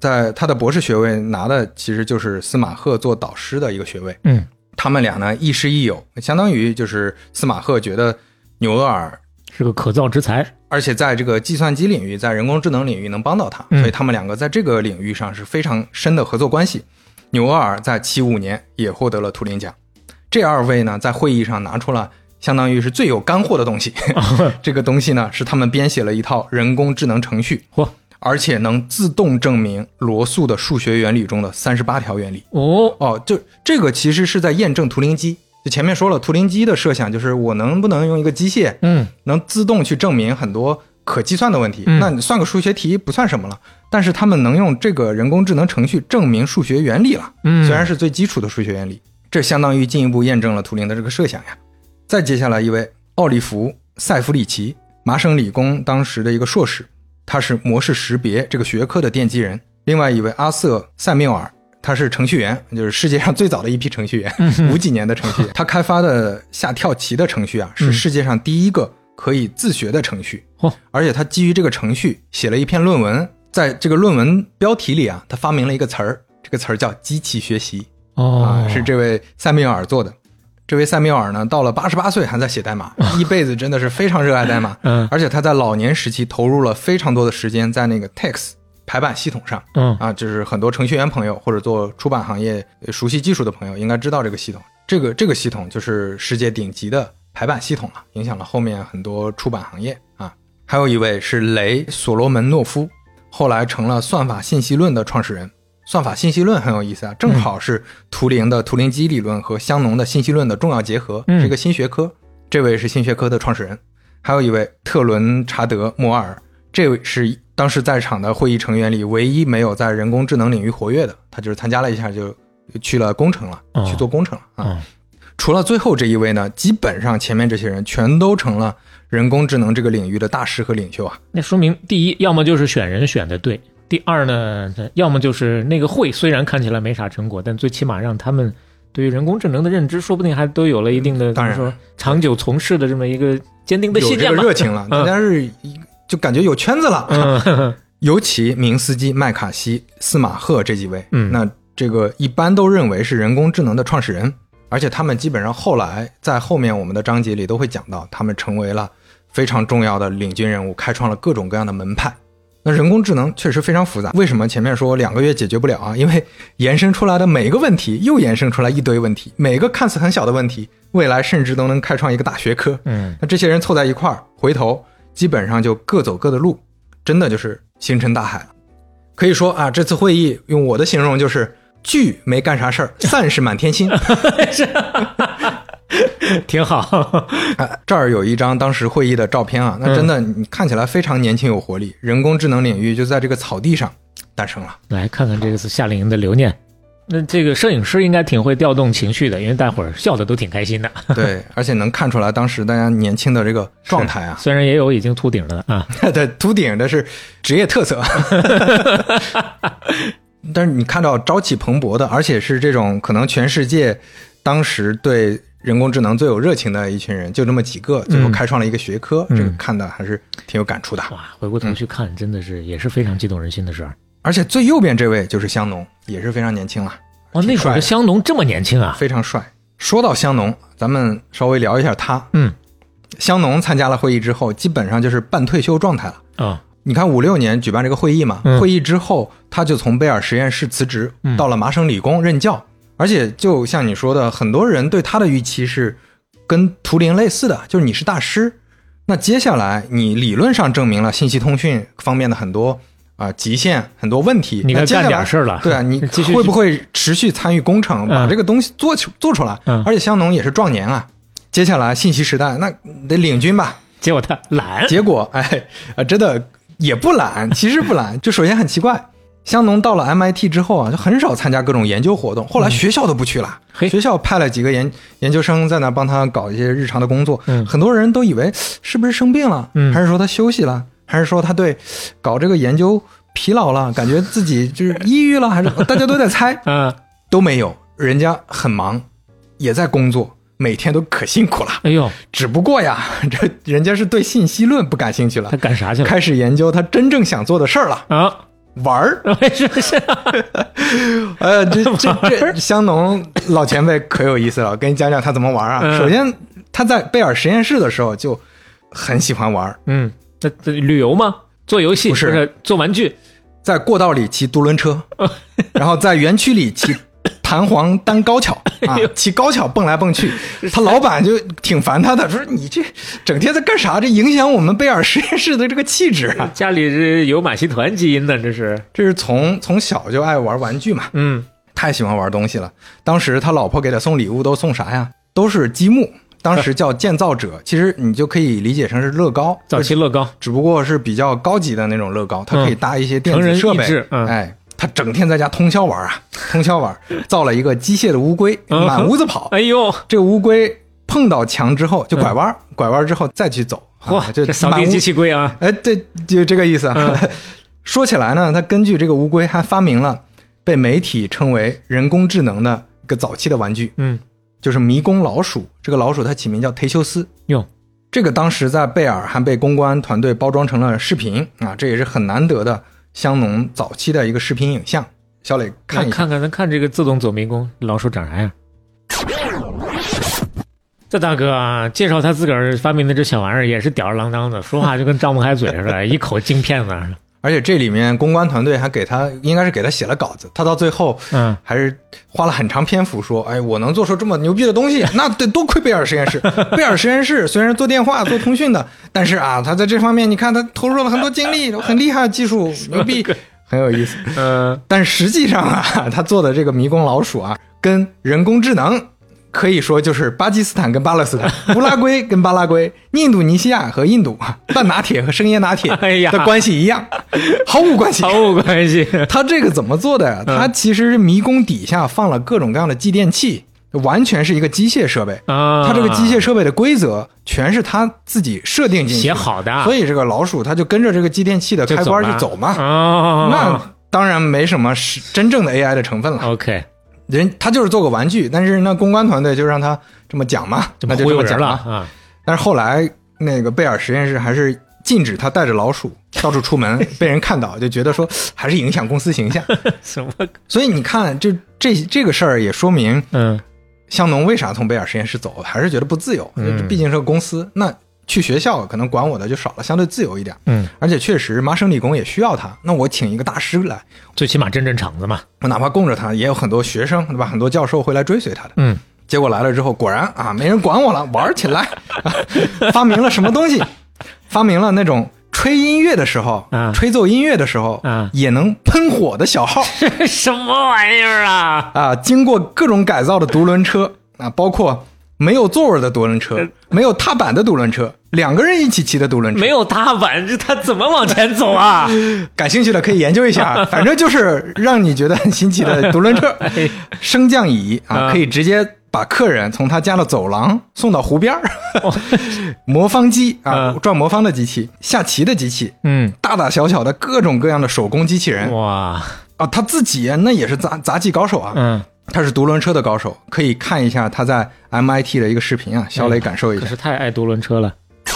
在他的博士学位拿的其实就是司马赫做导师的一个学位。
嗯，
他们俩呢亦师亦友，相当于就是司马赫觉得纽厄尔，
是个可造之才。
而且在这个计算机领域，在人工智能领域能帮到他，
嗯
所以他们两个在这个领域上是非常深的合作关系。纽厄尔在七五年也获得了图灵奖。这二位呢，在会议上拿出了相当于是最有干货的东
[laughs]
西。这个东西呢，是他们编写了一套人工智能程序，
嚯
而且能自动证明罗素的数学原理中的三十八条原理。
哦，
哦，就这个其实是在验证图灵机。就前面说了，图灵机的设想就是我能不能用一个机械
嗯
能自动去证明很多可计算的问题。
嗯
那你算个数学题不算什么了，但是他们能用这个人工智能程序证明数学原理了。
嗯，
虽然是最基础的数学原理，这相当于进一步验证了图灵的这个设想呀。再接下来一位奥利弗·塞弗里奇，麻省理工当时的一个硕士，他是模式识别这个学科的奠基人。另外一位阿瑟·塞缪尔，他是程序员，就是世界上最早的一批程序员，五几年的程序员。他开发的下跳棋的程序啊，是世界上第一个可以自学的程序。
嚯
而且他基于这个程序写了一篇论文，在这个论文标题里啊，他发明了一个词儿，这个词儿叫机器学习
哦
啊，是这位塞缪尔做的。这位塞缪尔呢，到了八十八岁还在写代码，一辈子真的是非常热爱代码。
哦嗯
而且他在老年时期投入了非常多的时间在那个 TeX 排版系统上
嗯
啊，就是很多程序员朋友或者做出版行业呃熟悉技术的朋友应该知道这个系统。这个这个系统就是世界顶级的排版系统了，影响了后面很多出版行业啊。还有一位是雷·所罗门诺夫，后来成了算法信息论的创始人。算法信息论很有意思啊，正好是图灵的图灵机理论和香农的信息论的重要结合，
嗯
是一个新学科。这位是新学科的创始人，还有一位特伦查德·摩尔，这位是当时在场的会议成员里唯一没有在人工智能领域活跃的，他就是参加了一下就去了工程了，
哦
去做工程了啊。
哦
除了最后这一位呢，基本上前面这些人全都成了人工智能这个领域的大师和领袖啊。
那说明第一，要么就是选人选的对；第二呢，要么就是那个会虽然看起来没啥成果，但最起码让他们对于人工智能的认知，说不定还都有了一定的，
当然
怎么说长久从事的这么一个坚定的
有
信
这
念
个
吧。
热情了，
嗯
大家是一就感觉有圈子了。
嗯 [laughs] 呵呵
尤其明斯基、麦卡锡、司马赫这几位，
嗯
那这个一般都认为是人工智能的创始人，而且他们基本上后来在后面我们的章节里都会讲到，他们成为了非常重要的领军人物，开创了各种各样的门派。那人工智能确实非常复杂，为什么前面说两个月解决不了啊？因为延伸出来的每一个问题，又延伸出来一堆问题，每个看似很小的问题，未来甚至都能开创一个大学科。
嗯 [laughs]
那这些人凑在一块儿，回头基本上就各走各的路，真的就是星辰大海了。可以说啊，这次会议用我的形容就是聚没干啥事儿，散是满天星。 [laughs]
[laughs] 挺好。
啊，这儿有一张当时会议的照片啊，那真的你看起来非常年轻有活力。人工智能领域就在这个草地上诞生了。
来看看这个次夏令营的留念。那这个摄影师应该挺会调动情绪的，因为大伙儿笑的都挺开心的。
对，而且能看出来当时大家年轻的这个状态啊。
虽然也有已经秃顶了的啊，
[laughs] 对，秃顶的是职业特色。 [laughs] 但是你看到朝气蓬勃的，而且是这种可能全世界当时对人工智能最有热情的一群人，就这么几个，最后开创了一个学科，这个看的还是挺有感触的。啊
哇，回过头去看，真的是也是非常激动人心的事儿。
而且最右边这位就是香农，也是非常年轻了，
哦，那会儿的香农这么年轻啊？
非常帅。说到香农，咱们稍微聊一下他。
嗯，
香农参加了会议之后，基本上就是半退休状态了。
啊、
你看五六年举办这个会议嘛，
嗯
会议之后他就从贝尔实验室辞职，到了麻省理工任教。而且就像你说的，很多人对他的预期是跟图灵类似的，就是你是大师。那接下来你理论上证明了信息通讯方面的很多啊、极限，很多问题，
你该
那接下来
干点事儿了
对啊，你
继续
会不会持续参与工程，把
嗯
这个东西做起做出来？
嗯
而且香农也是壮年啊，接下来信息时代，那得领军吧。
结果他懒，
[laughs] 结果哎啊，真的也不懒，其实不懒， [laughs] 就首先很奇怪。香农到了 MIT 之后啊，就很少参加各种研究活动，后来学校都不去了，
嗯嘿
学校派了几个研研究生在那帮他搞一些日常的工作，
嗯
很多人都以为是不是生病了，
嗯
还是说他休息了，还是说他对搞这个研究疲劳了，感觉自己就是抑郁了，还
[laughs]
是大家都在猜，
嗯、
都没有，人家很忙，也在工作，每天都可辛苦了。
哎呦，
只不过呀，这人家是对信息论不感兴趣了
他，干啥 [laughs] 去了？
开始研究他真正想做的事儿了，
啊， [laughs]
玩儿。
是不是？
呃，这这这香农老前辈可有意思了，给你讲讲他怎么玩啊。
嗯
首先，他在贝尔实验室的时候就很喜欢玩儿，
嗯，那那旅游吗？做游戏
不是
做玩具？
在过道里骑独轮车，然后在园区里骑弹簧单高跷啊，骑高跷蹦来蹦去。他老板就挺烦他的，说你这整天在干啥？这影响我们贝尔实验室的这个气质啊。
家里是有马戏团基因的，这是？
这是从从小就爱玩玩具嘛，
嗯，
太喜欢玩东西了。当时他老婆给他送礼物都送啥呀？都是积木，当时叫建造
[laughs]
者，其实你就可以理解成是乐高，
早期乐高，
只不过是比较高级的那种乐高，它可以搭一些电
嗯成
子
人
设
益
备
智。嗯
哎，他整天在家通宵玩啊， [laughs] 通宵玩，造了一个机械的乌龟，
嗯
满屋子跑。
哎呦，
这乌龟碰到墙之后就拐弯，拐弯之后再去走。啊
嚯，
就
嗯这扫
满
地
屋
机器龟啊！
哎，对，就这个意思。啊。 [laughs] 说起来呢，他根据这个乌龟还发明了被媒体称为人工智能的一个早期的玩具，
嗯，
就是迷宫老鼠。这个老鼠它起名叫忒修斯。
哟，
这个当时在贝尔还被公关团队包装成了视频啊，这也是很难得的香农早期的一个视频影像。小磊看
看
一看，
看看，咱看这个自动走迷宫，老鼠长啥样？这大哥啊，介绍他自个儿发明的这小玩意儿，也是吊儿郎当的，说话就跟张不开嘴
[laughs]
似的，一口京片子似的。
而且这里面公关团队还给他，应该是给他写了稿子，他到最后
嗯，
还是花了很长篇幅说，哎，我能做出这么牛逼的东
[laughs]
西，那得多亏贝尔实验室。贝尔实验室 [laughs] 虽然做电话、做通讯的，但是啊，他在这方面，你看他投入了很多精力，很厉害的技术，牛
[laughs]
逼，很有意思。
呃，
但实际上啊，他做的这个迷宫老鼠啊，跟人工智能可以说就是巴基斯坦跟巴勒斯
[laughs]
坦、乌拉圭跟巴拉圭、印度尼西亚和印度啊，半拿铁和生椰拿铁
哎呀
的关系一样，毫无
[laughs]
关系，
毫无关系。 [laughs]
他这个怎么做的呀？
嗯
他其实迷宫底下放了各种各样的继电器，完全是一个机械设备。
啊，
他这个机械设备的规则全是他自己设定进去
写
的，
好的啊，
所
以
以这个老鼠它就跟着这个继电器的开关就走嘛。
哦，
那当然没什么是真正的 AI 的成分了，
OK，
人他就是做个玩具，但是那公关团队就让他这么讲嘛，
这
那
么
就
忽
这
悠
么
人
讲
了
嘛。
啊？
但是后来那个贝尔实验室还是禁止他带着老鼠到处出
[laughs]
门，被人看到就觉得说还是影响公司形象。
什么？
所以你看，就这这个事儿也说明
嗯，
香农为啥从贝尔实验室走，还是觉得不自由。
嗯
毕竟是个公司，那去学校可能管我的就少了，相对自由一点。
嗯，
而且确实麻省理工也需要他，那我请一个大师来，
最起码真正场子嘛。 [laughs]
我哪怕供着他，也有很多学生对吧？很多教授会来追随他的。
嗯，
结果来了之后，果然 [laughs] 啊，没人管我了，玩起来，啊发明了什么东西？发明了那种吹音乐的时候，
啊
吹奏音乐的时候，
啊
也能喷火的小号
什么玩意儿啊？
啊，经过各种改造的独轮车啊，包括没有座位的独轮车，没有踏板的独轮车，两个人一起骑的独轮车，
嗯没有踏板，这他怎么往前走啊？
感兴趣的可以研究一
[laughs]
下，反正就是让你觉得很新奇的独轮车
哎
升降椅啊，
啊
可以直接把客人从他家的走廊送到湖边儿。 [laughs] 魔方机啊
哦嗯，
转魔方的机器，下棋的机器，
嗯，
大大小小的各种各样的手工机器人
哇，
啊，他自己那也是杂杂技高手啊，
嗯，
他是独轮车的高手，可以看一下他在 MIT 的一个视频啊，小磊感受一
哎可
下
是。太爱独轮车了。 [coughs]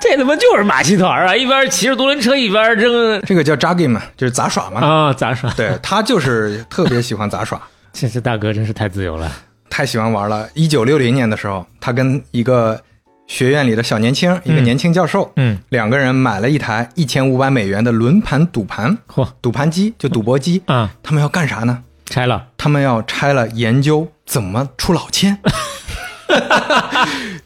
这他妈就是马戏团啊！一边骑着独轮车，一边扔
这个叫 jogging 嘛，就是杂耍嘛，
啊，咋说？
对他就是特别喜欢杂
[laughs]
耍。
这这大哥真是太自由了。
太喜欢玩了。一九六零年的时候，他跟一个学院里的小年轻，一个年轻教授，
嗯，
两个人买了一台一千五百美元的轮盘赌盘
嚯
赌盘机，就赌博机。
啊，
他们要干啥呢？
拆了，
他们要拆了研究怎么出老千。 [laughs]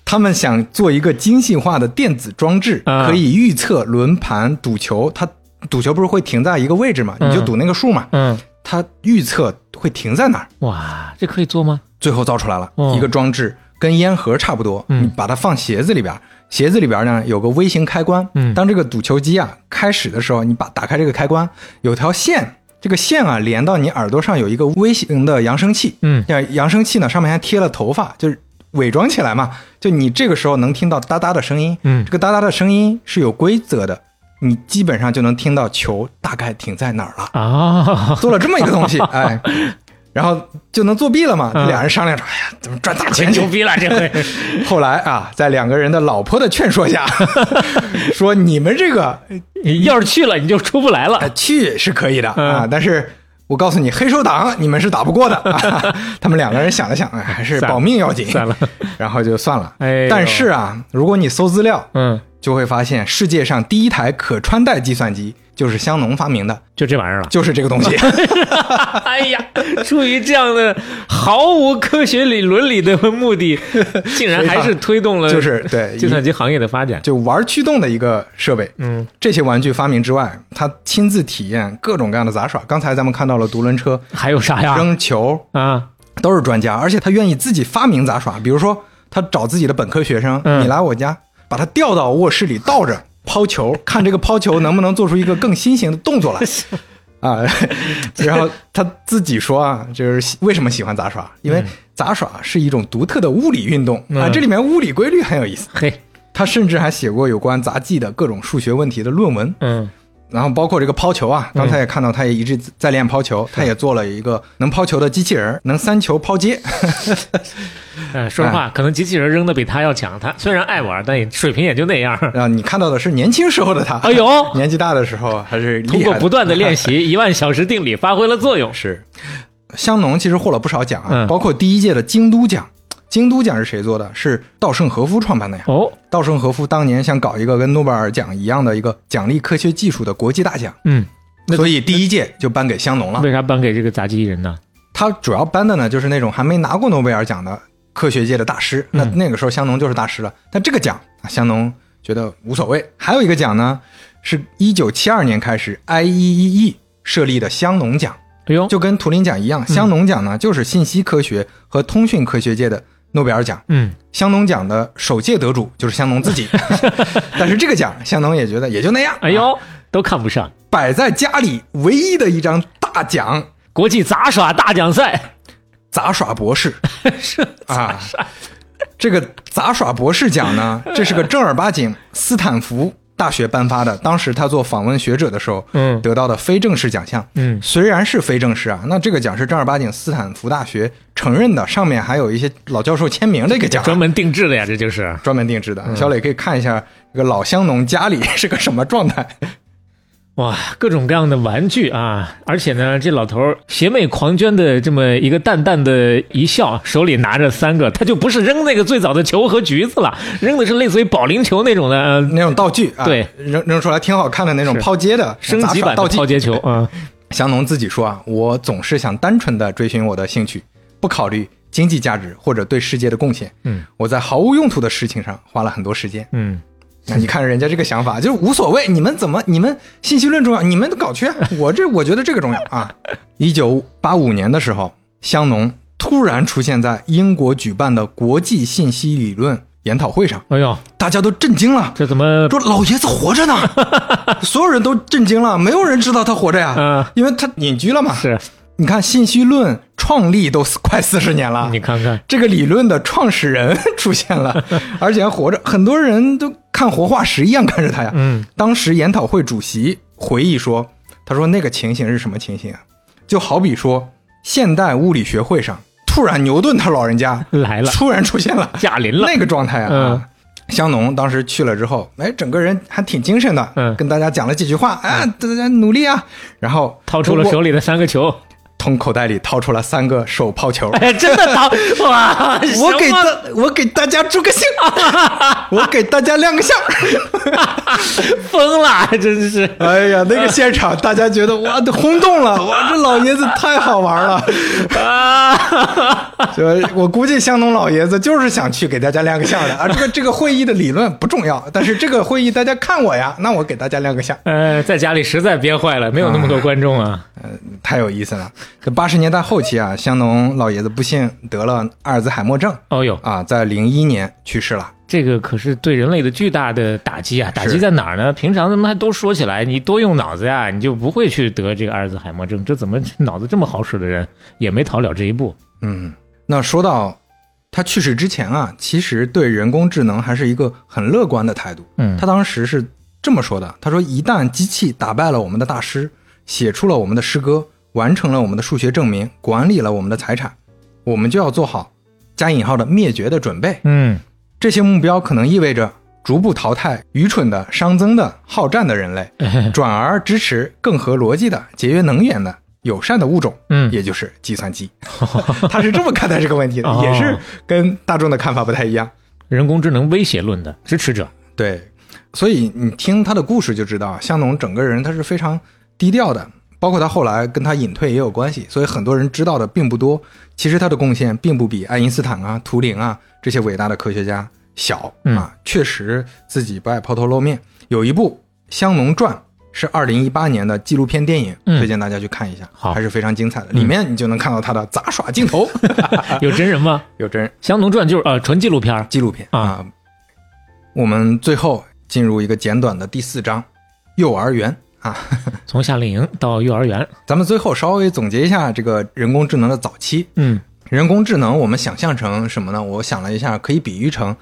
他们想做一个精细化的电子装置，
啊
可以预测轮盘赌球。它赌球不是会停在一个位置嘛？你就
嗯
赌那个数嘛。
嗯，
它预测会停在哪儿。
哇，这可以做吗？
最后造出来了、
哦
一个装置，跟烟盒差不多。
嗯
你把它放鞋子里边，鞋子里边呢有个微型开关。
嗯
当这个赌球机啊开始的时候，你把打开这个开关，有条线，这个线啊连到你耳朵上有一个微型的扬声器。
嗯
那扬声器呢上面还贴了头发，就是伪装起来嘛。就你这个时候能听到哒哒的声音。
嗯
这个哒哒的声音是有规则的，你基本上就能听到球大概停在哪儿了。
啊，
做了这么一个东西，哎，然后就能作弊了嘛？
嗯
俩人商量着，哎呀，怎么赚大
[laughs] 真
钱去
[laughs] 牛？逼了，这回
后来啊，在两个人的老婆的劝说
[laughs]
下，说你们这个
你要是去了，你就出不来了
呃。去是可以的
嗯
啊，但是。我告诉你，黑手党你们是打不过的。啊、 [laughs] 他们两个人想了想，哎还是
算了
保命要紧，
[laughs] 算了，
然后就算了。
哎呦
但是啊，如果你搜资料，
嗯，
就会发现世界上第一台可穿戴计算机就是香农发明的，
就这玩意儿了。
就是这个东西。
[laughs] 哎呀，出于这样的毫无科学理伦理的目的，竟然还是推动了
就是对
计算机行业的发展。
就玩驱动的一个设备。
嗯，
这些玩具发明之外，他亲自体验各种各样的杂耍。刚才咱们看到了独轮车、
还有啥哎呀？
扔球，
啊，
都是专家，而且他愿意自己发明杂耍。比如说，他找自己的本科学生，
嗯
你来我家，把他吊到卧室里倒着抛球，看这个抛球能不能做出一个更新型的动
[laughs]
作来。啊，然后他自己说啊，就是为什么喜欢杂耍，因为杂耍是一种独特的物理运动啊，
嗯
这里面物理规律很有意思。
嘿，
他甚至还写过有关杂技的各种数学问题的论文，
嗯
然后包括这个抛球啊，刚才也看到他也一直在练抛球，他也做了一个能抛球的机器人儿，能三球抛接。
呃，说实话，可能机器人扔的比他要强。他虽然爱玩，但也水平也就那样。 [laughs]
然后你看到的是年轻时候的他，
哎呦
[laughs] 年纪大的时候还是厉害
通过不断的练
习
[laughs] 习，一万小时定理发挥了作用。
是。香农其实获了不少奖啊，
嗯
包括第一届的京都奖。京都奖是谁做的？是稻盛和夫创办的呀。
哦，
稻盛和夫当年想搞一个跟诺贝尔奖一样的一个奖励科学技术的国际大奖，
嗯，那
所以第一届就颁给香农了。
为啥颁给这个杂技人呢？
他主要颁的呢，就是那种还没拿过诺贝尔奖的科学界的大师。那
嗯
那个时候，香农就是大师了。但这个奖，啊香农觉得无所谓。还有一个奖呢，是一九七二年开始 IEEE E 设立的香农奖，
哎呦，
就跟图灵奖一
嗯
样，香农奖呢就是信息科学和通讯科学界的诺贝尔奖。
嗯，
香农奖的首届得主就是香农自
[laughs]
己，但是这个奖香农也觉得也就那样。
哎
啊，
呦，都看不上
摆在家里唯一的一张大奖，
国际杂耍大奖赛。
杂耍博
[laughs]
士是啊，这个杂耍博士奖
[laughs]
呢，这是个正儿八经斯坦福大学颁发的，当时他做访问学者的时候，
嗯
得到的非正式奖项。
嗯
虽然是非正式啊，那这个奖是正儿八经斯坦福大学承认的，上面还有一些老教授签名的一个奖啊，
专门嗯定制的呀，这就是。
专门定制的。小磊可以看一下这个老香农家里 [laughs] 是个什么状态。
哇，各种各样的玩具啊！而且呢，这老头儿邪魅狂狷的这么一个淡淡的一笑，手里拿着三个，他就不是扔那个最早的球和橘子了，扔的是类似于保龄球那种的、呃
那种道具啊，
对
扔扔出来挺好看的那种
是
抛接的
升
杂
级
耍
版的
道具
抛接球啊、
香农自己说啊，我总是想单纯的追寻我的兴趣，不考虑经济价值或者对世界的贡献。
嗯
我在毫无用途的事情上花了很多时间。
嗯
那你看人家这个想法， [laughs] 就是无所谓，你们怎么你们信息论重要，你们都搞去，我这我觉得这个重要啊。一九八五年的时候，香农突然出现在英国举办的国际信息理论研讨会上，
哎呦，
大家都震惊了，
这怎么
说老爷子活
[laughs]
着呢，所有人都震惊了，没有人知道他活着呀，
嗯
因为他隐居了嘛。
是？
你看信息论创立都快四十年了，
你看看，
这个理论的创始人 [laughs] 出现
[laughs]
了，而且还活着，很多人都看活化石一样看着他呀。
嗯，
当时研讨会主席回忆说：“他说那个情形是什么情形啊？就好比说现代物理学会上突然牛顿他老人家
来了
突然出现了，
驾临了，
那个状态啊。
嗯
香农当时去了之后，哎，整个人还挺精神的，
嗯
跟大家讲了几句话，啊，大家努力啊，然后
掏出了
通过
手，里的三个球，
从口袋里掏出了三个手抛球，
哎，真的
[laughs]
掏哇！
我给
什么
大我给大家助个兴， [laughs] 我给大家亮个相。 [laughs]
疯了，真是
哎呀，那个现场大家觉得哇，都轰动了，哇，这老爷子太好玩了。 [laughs]
啊！
就我估计香农老爷子就是想去给大家亮个相的啊。这个这个会议的理论不重要，但是这个会议大家看我呀，那我给大家亮个相，
[laughs] 呃，在家里实在憋坏了，没有那么多观众啊。
太有意思了。这八十年代后期啊，香农老爷子不幸得了阿尔兹海默症
哦呦，
啊，在零一年去世了。
这个可是对人类的巨大的打击啊！打击
是
在哪儿呢？平常咱们还都说起来，你多用脑子呀，你就不会去得这个阿尔兹海默症。这怎么脑子这么好使的人也没逃了这一步？
嗯，那说到他去世之前啊，其实对人工智能还是一个很乐观的态度。
嗯
他当时是这么说的：他说，一旦机器打败了我们的大师，写出了我们的诗歌，完成了我们的数学证明，管理了我们的财产，我们就要做好加引号的灭绝的准备。
嗯，
这些目标可能意味着逐步淘汰愚蠢的、熵增的、好战的人类，转而支持更合逻辑的、节约能源的、友善的物种，
嗯
也就是计算机。 [laughs] 他是这么看待这个问题的
哦，
也是跟大众的看法不太一样。
人工智能威胁论的支持者。
对，所以你听他的故事就知道，啊香农整个人他是非常低调的，包括他后来跟他隐退也有关系，所以很多人知道的并不多。其实他的贡献并不比爱因斯坦啊、图灵啊这些伟大的科学家小
嗯
啊，确实自己不爱抛头露面。有一部《香农传》是二零一八年的纪录片电影，
嗯
推荐大家去看一下，
好嗯
还是非常精彩的。里面你就能看到他的杂耍镜
[laughs]
头，
有真人吗？
有真人
《香农传》就是呃纯纪录片儿。
纪录片
啊
啊。我们最后进入一个简短的第四章，幼儿园啊。
从夏令营到幼儿园，
咱们最后稍微总结一下这个人工智能的早期。
嗯
人工智能我们想象成什么呢？我想了一下，可以比喻成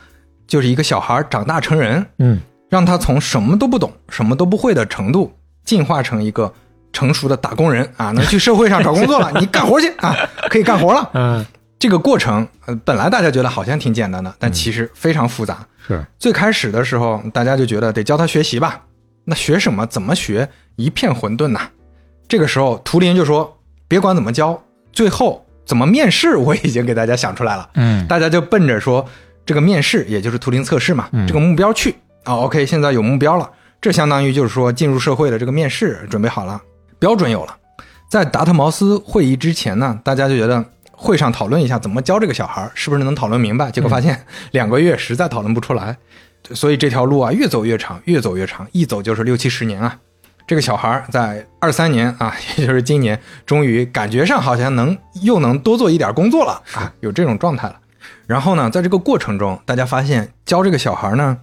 就是一个小孩长大成人，
嗯
让他从什么都不懂、什么都不会的程度进化成一个成熟的打工人啊，能去社会上找工作了，你干活去啊，可以干活了。
嗯，
这个过程，呃，本来大家觉得好像挺简单的，但其实非常复杂。
是
最开始的时候，大家就觉得得教他学习吧，那学什么？怎么学？一片混沌呐、这个时候，图灵就说：“别管怎么教，最后怎么面试，我已经给大家想出来了。
嗯
大家就奔着说这个面试，也就是图灵测试嘛，
嗯
这个目标去啊、OK，现在有目标了，这相当于就是说进入社会的这个面试准备好了，标准有了。在达特茅斯会议之前呢，大家就觉得会上讨论一下怎么教这个小孩儿，是不是能讨论明
嗯
白？结果发现 [laughs] 两个月实在讨论不出来，所以这条路啊越走越长，越走越长，一走就是六七十年啊。这个小孩儿在二三年啊， [laughs] 也就是今年，终于感觉上好像能又能多做一点工作了啊，有这种状态了。然后呢，在这个过程中，大家发现教这个小孩呢，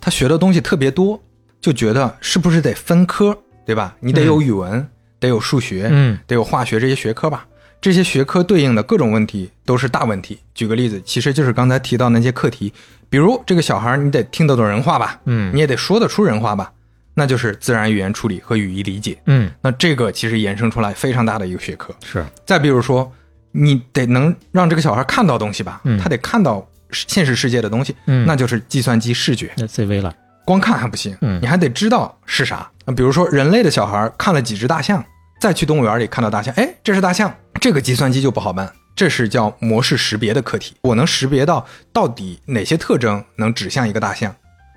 他学的东西特别多，就觉得是不是得分科，对吧？你得有语文，得有数学，
嗯
得有化学这些学科吧。这些学科对应的各种问题都是大问题。举个例子，其实就是刚才提到那些课题，比如这个小孩你得听得懂人话吧，
嗯
你也得说得出人话吧，那就是自然语言处理和语义理解。
嗯
那这个其实衍生出来非常大的一个学科。
是
再比如说，你得能让这个小孩看到东西吧，
嗯
他得看到现实世界的东西，
嗯
那就是计算机视觉，
那 CV 了，
光看还不行，
嗯
你还得知道是啥。比如说，人类的小孩看了几只大象，再去动物园里看到大象，哎，这是大象，这个计算机就不好办。这是叫模式识别的课题，我能识别到到底哪些特征能指向一个大象，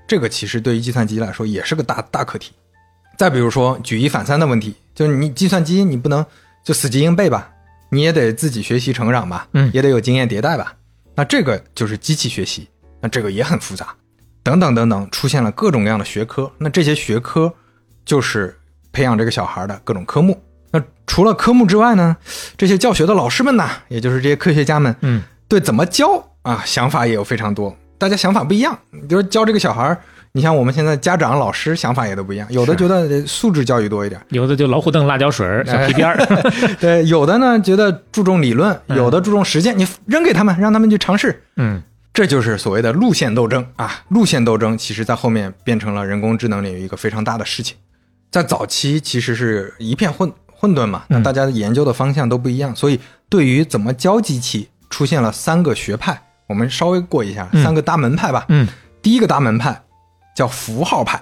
这个其实对于计算机来说也是个大大课题。再比如说举一反三的问题，就是你计算机你不能就死记硬背吧，你也得自己学习成长吧，
嗯
也得有经验迭代吧。那这个就是机器学习，那这个也很复杂。等等等等，出现了各种各样的学科。那这些学科就是培养这个小孩的各种科目。那除了科目之外呢，这些教学的老师们呐，也就是这些科学家们，
嗯，
对怎么教啊想法也有非常多，大家想法不一样。比如教这个小孩儿，你像我们现在家长、老师想法也都不一样，有的觉得呃素质教育多一点，
有的就老虎凳、辣椒水儿、小皮鞭儿， [laughs]
对，有的呢觉得注重理论，有的注重实践，你扔给他们，让他们去尝试。
嗯，
这就是所谓的路线斗争啊！路线斗争其实在后面变成了人工智能领域一个非常大的事情，在早期其实是一片混混沌嘛，那大家研究的方向都不一样，所以对于怎么教机器出现了三个学派，我们稍微过一下三个大门派吧。
嗯，
第一个大门派叫符号派，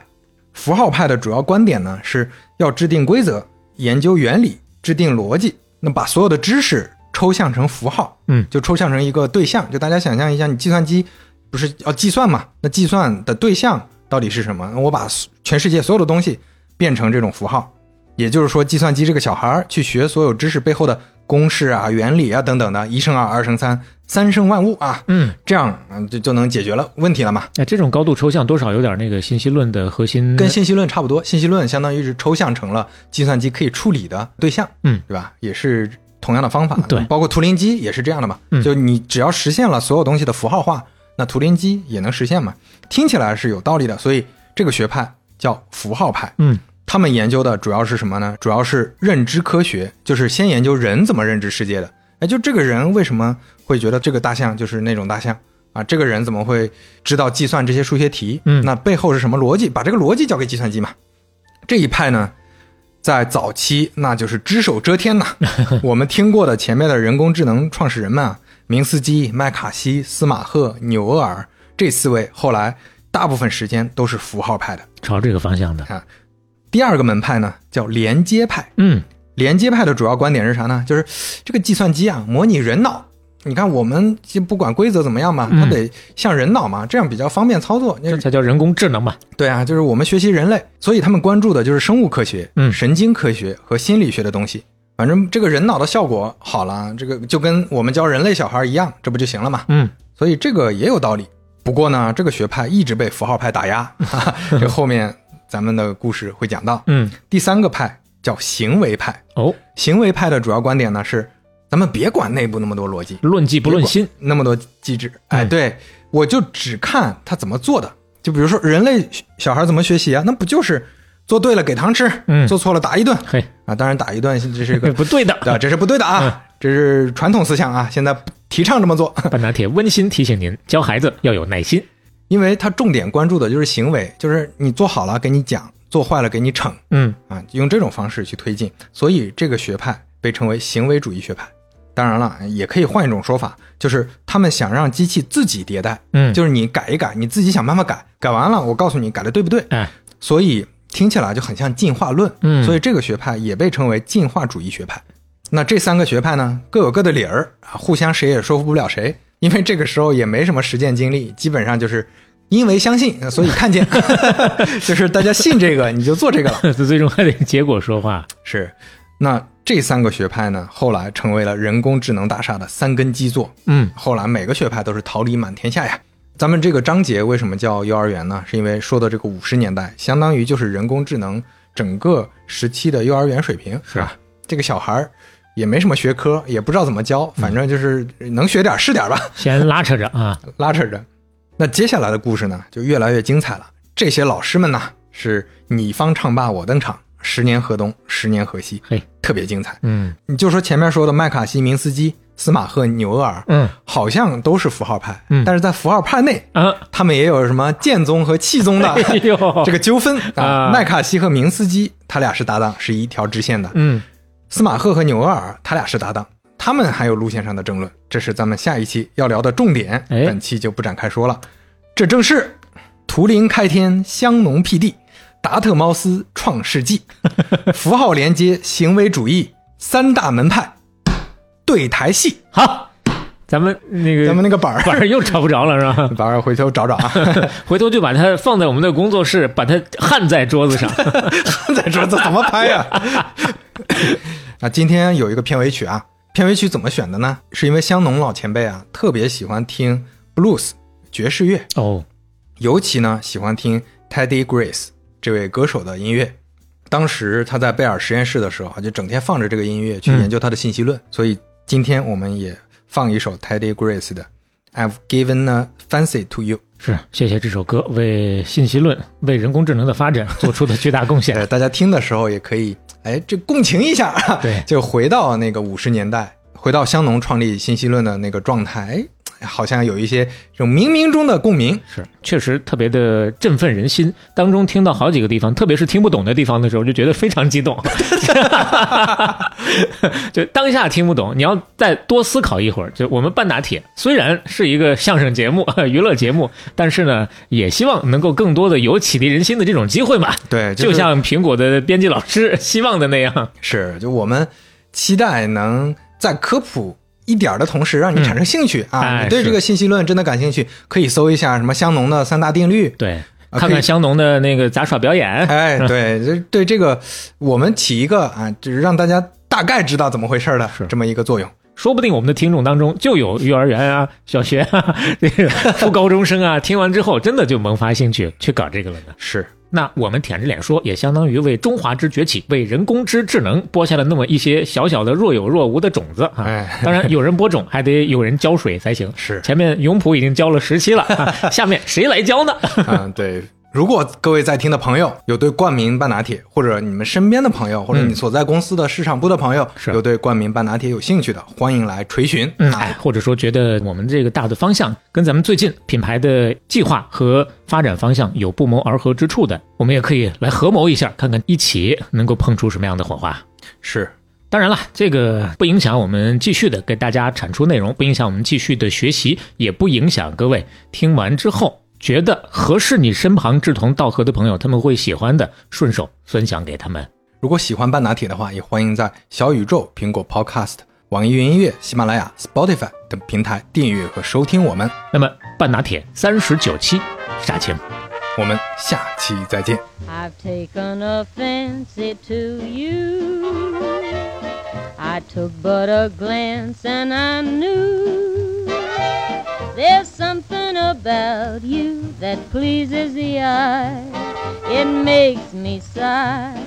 符号派的主要观点呢是要制定规则、研究原理、制定逻辑，那把所有的知识抽象成符号，
嗯
就抽象成一个对象。就大家想象一下，你计算机不是要计算嘛？那计算的对象到底是什么？我把全世界所有的东西变成这种符号，也就是说，计算机这个小孩儿去学所有知识背后的公式啊、原理啊等等的，一乘二，二乘三，三生万物啊，
嗯，
这样嗯就就能解决了问题了嘛。
哎，这种高度抽象多少有点那个信息论的核心，
跟信息论差不多，信息论相当于是抽象成了计算机可以处理的对象，
嗯，
对吧？也是同样的方法，
对
包括图灵机也是这样的嘛，
嗯
就你只要实现了所有东西的符号化，那图灵机也能实现嘛，听起来是有道理的，所以这个学派叫符号派，
嗯
他们研究的主要是什么呢？主要是认知科学，就是先研究人怎么认知世界的。哎，就这个人为什么会觉得这个大象就是那种大象啊？这个人怎么会知道计算这些数学题？
嗯
那背后是什么逻辑？把这个逻辑交给计算机嘛。这一派呢，在早期那就是只手遮天呐。我们听过的前面的人工智能创始人们啊，明斯基、麦卡锡、斯马赫、纽厄尔这四位，后来大部分时间都是符号派的。
朝这个方向的，
第二个门派呢叫连接派，
嗯
连接派的主要观点是啥呢？就是这个计算机啊，模拟人脑。你看，我们就不管规则怎么样嘛，
嗯
它得像人脑嘛，这样比较方便操作。
这嗯才叫人工智能嘛，
对啊，就是我们学习人类，所以他们关注的就是生物科学、
嗯
神经科学和心理学的东西。反正这个人脑的效果好了，这个就跟我们教人类小孩一样，这不就行了嘛？
嗯
所以这个也有道理。不过呢，这个学派一直被符号派打压， [laughs] 哈哈这后面咱们的故事会讲到。
嗯
第三个派叫行为派，
哦，
行为派的主要观点呢是，咱们别管内部那么多逻辑，
论迹不论心，
那么多机制，哎，
嗯
对我就只看他怎么做的。就比如说人类小孩怎么学习啊？那不就是做对了给糖吃，
嗯
做错了打一顿
嘿，
啊？当然打一顿这是一个
不对 [laughs] 的，
[laughs] 啊，这是不对的
嗯
啊，这是传统思想啊，现在不提倡这么做。
半拿铁温馨提醒您，教孩子要有耐心，
因为他重点关注的就是行为，就是你做好了给你讲，做坏了给你惩
嗯
啊，用这种方式去推进。所以这个学派被称为行为主义学派。当然了，也可以换一种说法，就是他们想让机器自己迭代，
嗯，
就是你改一改，你自己想办法改，改完了我告诉你改的对不对。
哎， [laughs]
所以听起来就很像进化论，
嗯
所以这个学派也被称为进化主义学派。那这三个学派呢，各有各的理儿啊，互相谁也说服不了谁，因为这个时候也没什么实践经历，基本上就是因为相信，所以看见， [laughs] 就是大家信这个你就做这个了。
这最终还得结果说话，
是，那这三个学派呢，后来成为了人工智能大厦的三根基座。
嗯
后来每个学派都是桃李满天下呀。咱们这个章节为什么叫幼儿园呢？是因为说的这个五十年代，相当于就是人工智能整个时期的幼儿园水平。
是
啊，这个小孩儿也没什么学科，也不知道怎么教，反正就是能学点儿是点儿吧，
先拉扯着啊，
拉扯着。那接下来的故事呢，就越来越精彩了。这些老师们呢，是你方唱罢我登场，十年河东，十年河西，
嘿，
特别精彩。
嗯
你就说前面说的麦卡锡、明斯基、斯马赫、纽厄尔，
嗯
好像都是符号派，
嗯
但是在符号派内，
啊，
他们也有什么剑宗和气宗的
哎 [laughs] 呦，
这个纠纷啊。
啊
麦卡锡和明斯基他俩是搭档，是一条支线的；
嗯
司马赫和纽厄尔他俩是搭档，他们还有路线上的争论，这是咱们下一期要聊的重点，
哎
本期就不展开说了。这正是图灵开天，香农辟地，达特茅斯创世纪，符号连接、行为主义三大门派对台戏。
好，咱们那个
咱们那个板儿。
晚上又找不着了是 [laughs] 吧？
晚上回头找找啊，
回头就把它放在我们的工作室，把它焊在桌子上。
[laughs] 再说这怎么拍呀、 [laughs] 啊？今天有一个片尾曲啊，片尾曲怎么选的呢？是因为香农老前辈啊特别喜欢听 blues 爵士乐，
[laughs] 哦，
尤其呢喜欢听 Teddy Grace 这位歌手的音乐。当时他在贝尔实验室的时候，啊就整天放着这个音乐去研究他的信息论。所以今天我们也放一首 Teddy Grace 的《I've Given a Fancy to You》。
是，谢谢这首歌为信息论、为人工智能的发展 [laughs] 做出的巨大贡
呃，
献。
大家听的时候也可以，哎，这共情一下，啊
对
[laughs] 就回到那个五十年代，回到香农创立信息论的那个状态，哎好像有一些这种冥冥中的共鸣。
是，确实特别的振奋人心。当中听到好几个地方，特别是听不懂的地方的时候，就觉得非常激动。就当下听不懂，你要再多思考一会儿。就我们半打铁虽然是一个相声节目、呃娱乐节目，但是呢，也希望能够更多的有启迪人心的这种机会嘛。
对，
就是像苹果的编辑老师希望的那样，
是就我们期待能在科普。一点儿的同时，让你产生兴趣、啊！
哎
你对
是
这个信息论真的感兴趣，可以搜一下什么香农的三大定律，
对，
啊
看
可以
看香农的那个杂耍
[laughs]
表演，
哎，对，这对这个我们起一个啊，就是让大家大概知道怎么回事儿的
是
这么一个作用。
说不定我们的听众当中就有幼儿园啊、小学啊、 [laughs] 这个初高中生
[laughs]
啊，听完之后真的就萌发兴趣去搞这个了呢。
是，
那我们舔着脸说，也相当于为中华之崛起、为人工之智能播下了那么一些小小的若有若无的种子啊。
哎
当然，有人播种还得有人浇水才行。
是
前面永璞已经浇了十期了、啊下面谁来浇呢？
[laughs] 嗯，对。如果各位在听的朋友有对冠名半拿铁，或者你们身边的朋友，或者你所在公司的市场部的朋友，
嗯是
有对冠名半拿铁有兴趣的，欢迎来垂询。
嗯，
啊
哎，或者说觉得我们这个大的方向跟咱们最近品牌的计划和发展方向有不谋而合之处的，我们也可以来合谋一下，看看一起能够碰出什么样的火花。
是
当然了，这个不影响我们继续的给大家产出内容，不影响我们继续的学习，也不影响各位听完之后觉得合适你身旁志同道合的朋友，他们会喜欢的，顺手分享给他们。
如果喜欢半拿铁的话，也欢迎在小宇宙、苹果 Podcast、网易云音乐、喜马拉雅、Spotify 等平台订阅和收听我们。
那么，半拿铁三十九期杀青。
我们下期再见。
I've taken a fancy to you. I took but a glance and I knew there's something about you that pleases the eye. It makes me sigh.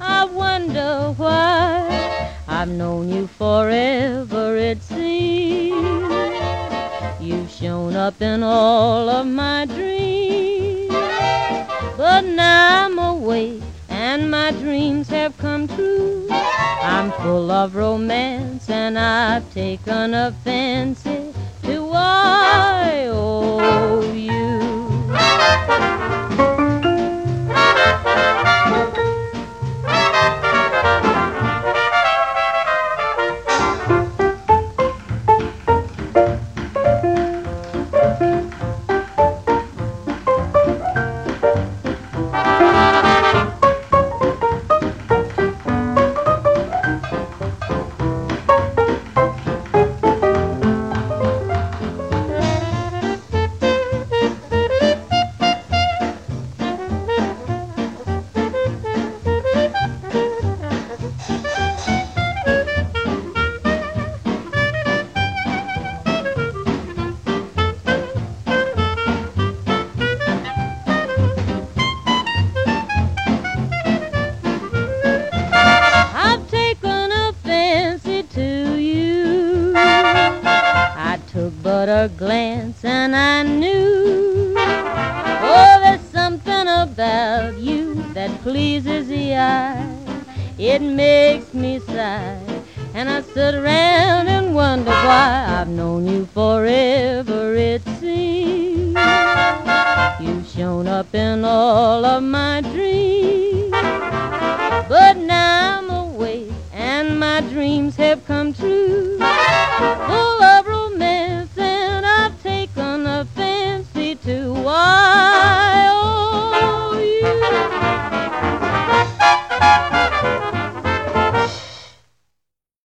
I wonder why I've known you forever, it seems. You've shown up in all of my dreams. But now I'm awake and my dreams have come true. I'm full of romance and I've taken a fancy to I owe you. I've taken a fancy to you. I took but a glance and I knew. Oh, there's something about you that pleases the eye. It makes me sigh. And I sit around and wonder why I've known you forever, it seems. You've shown up in all of my dreams. But now I'm awake and my dreams have come true. But oh,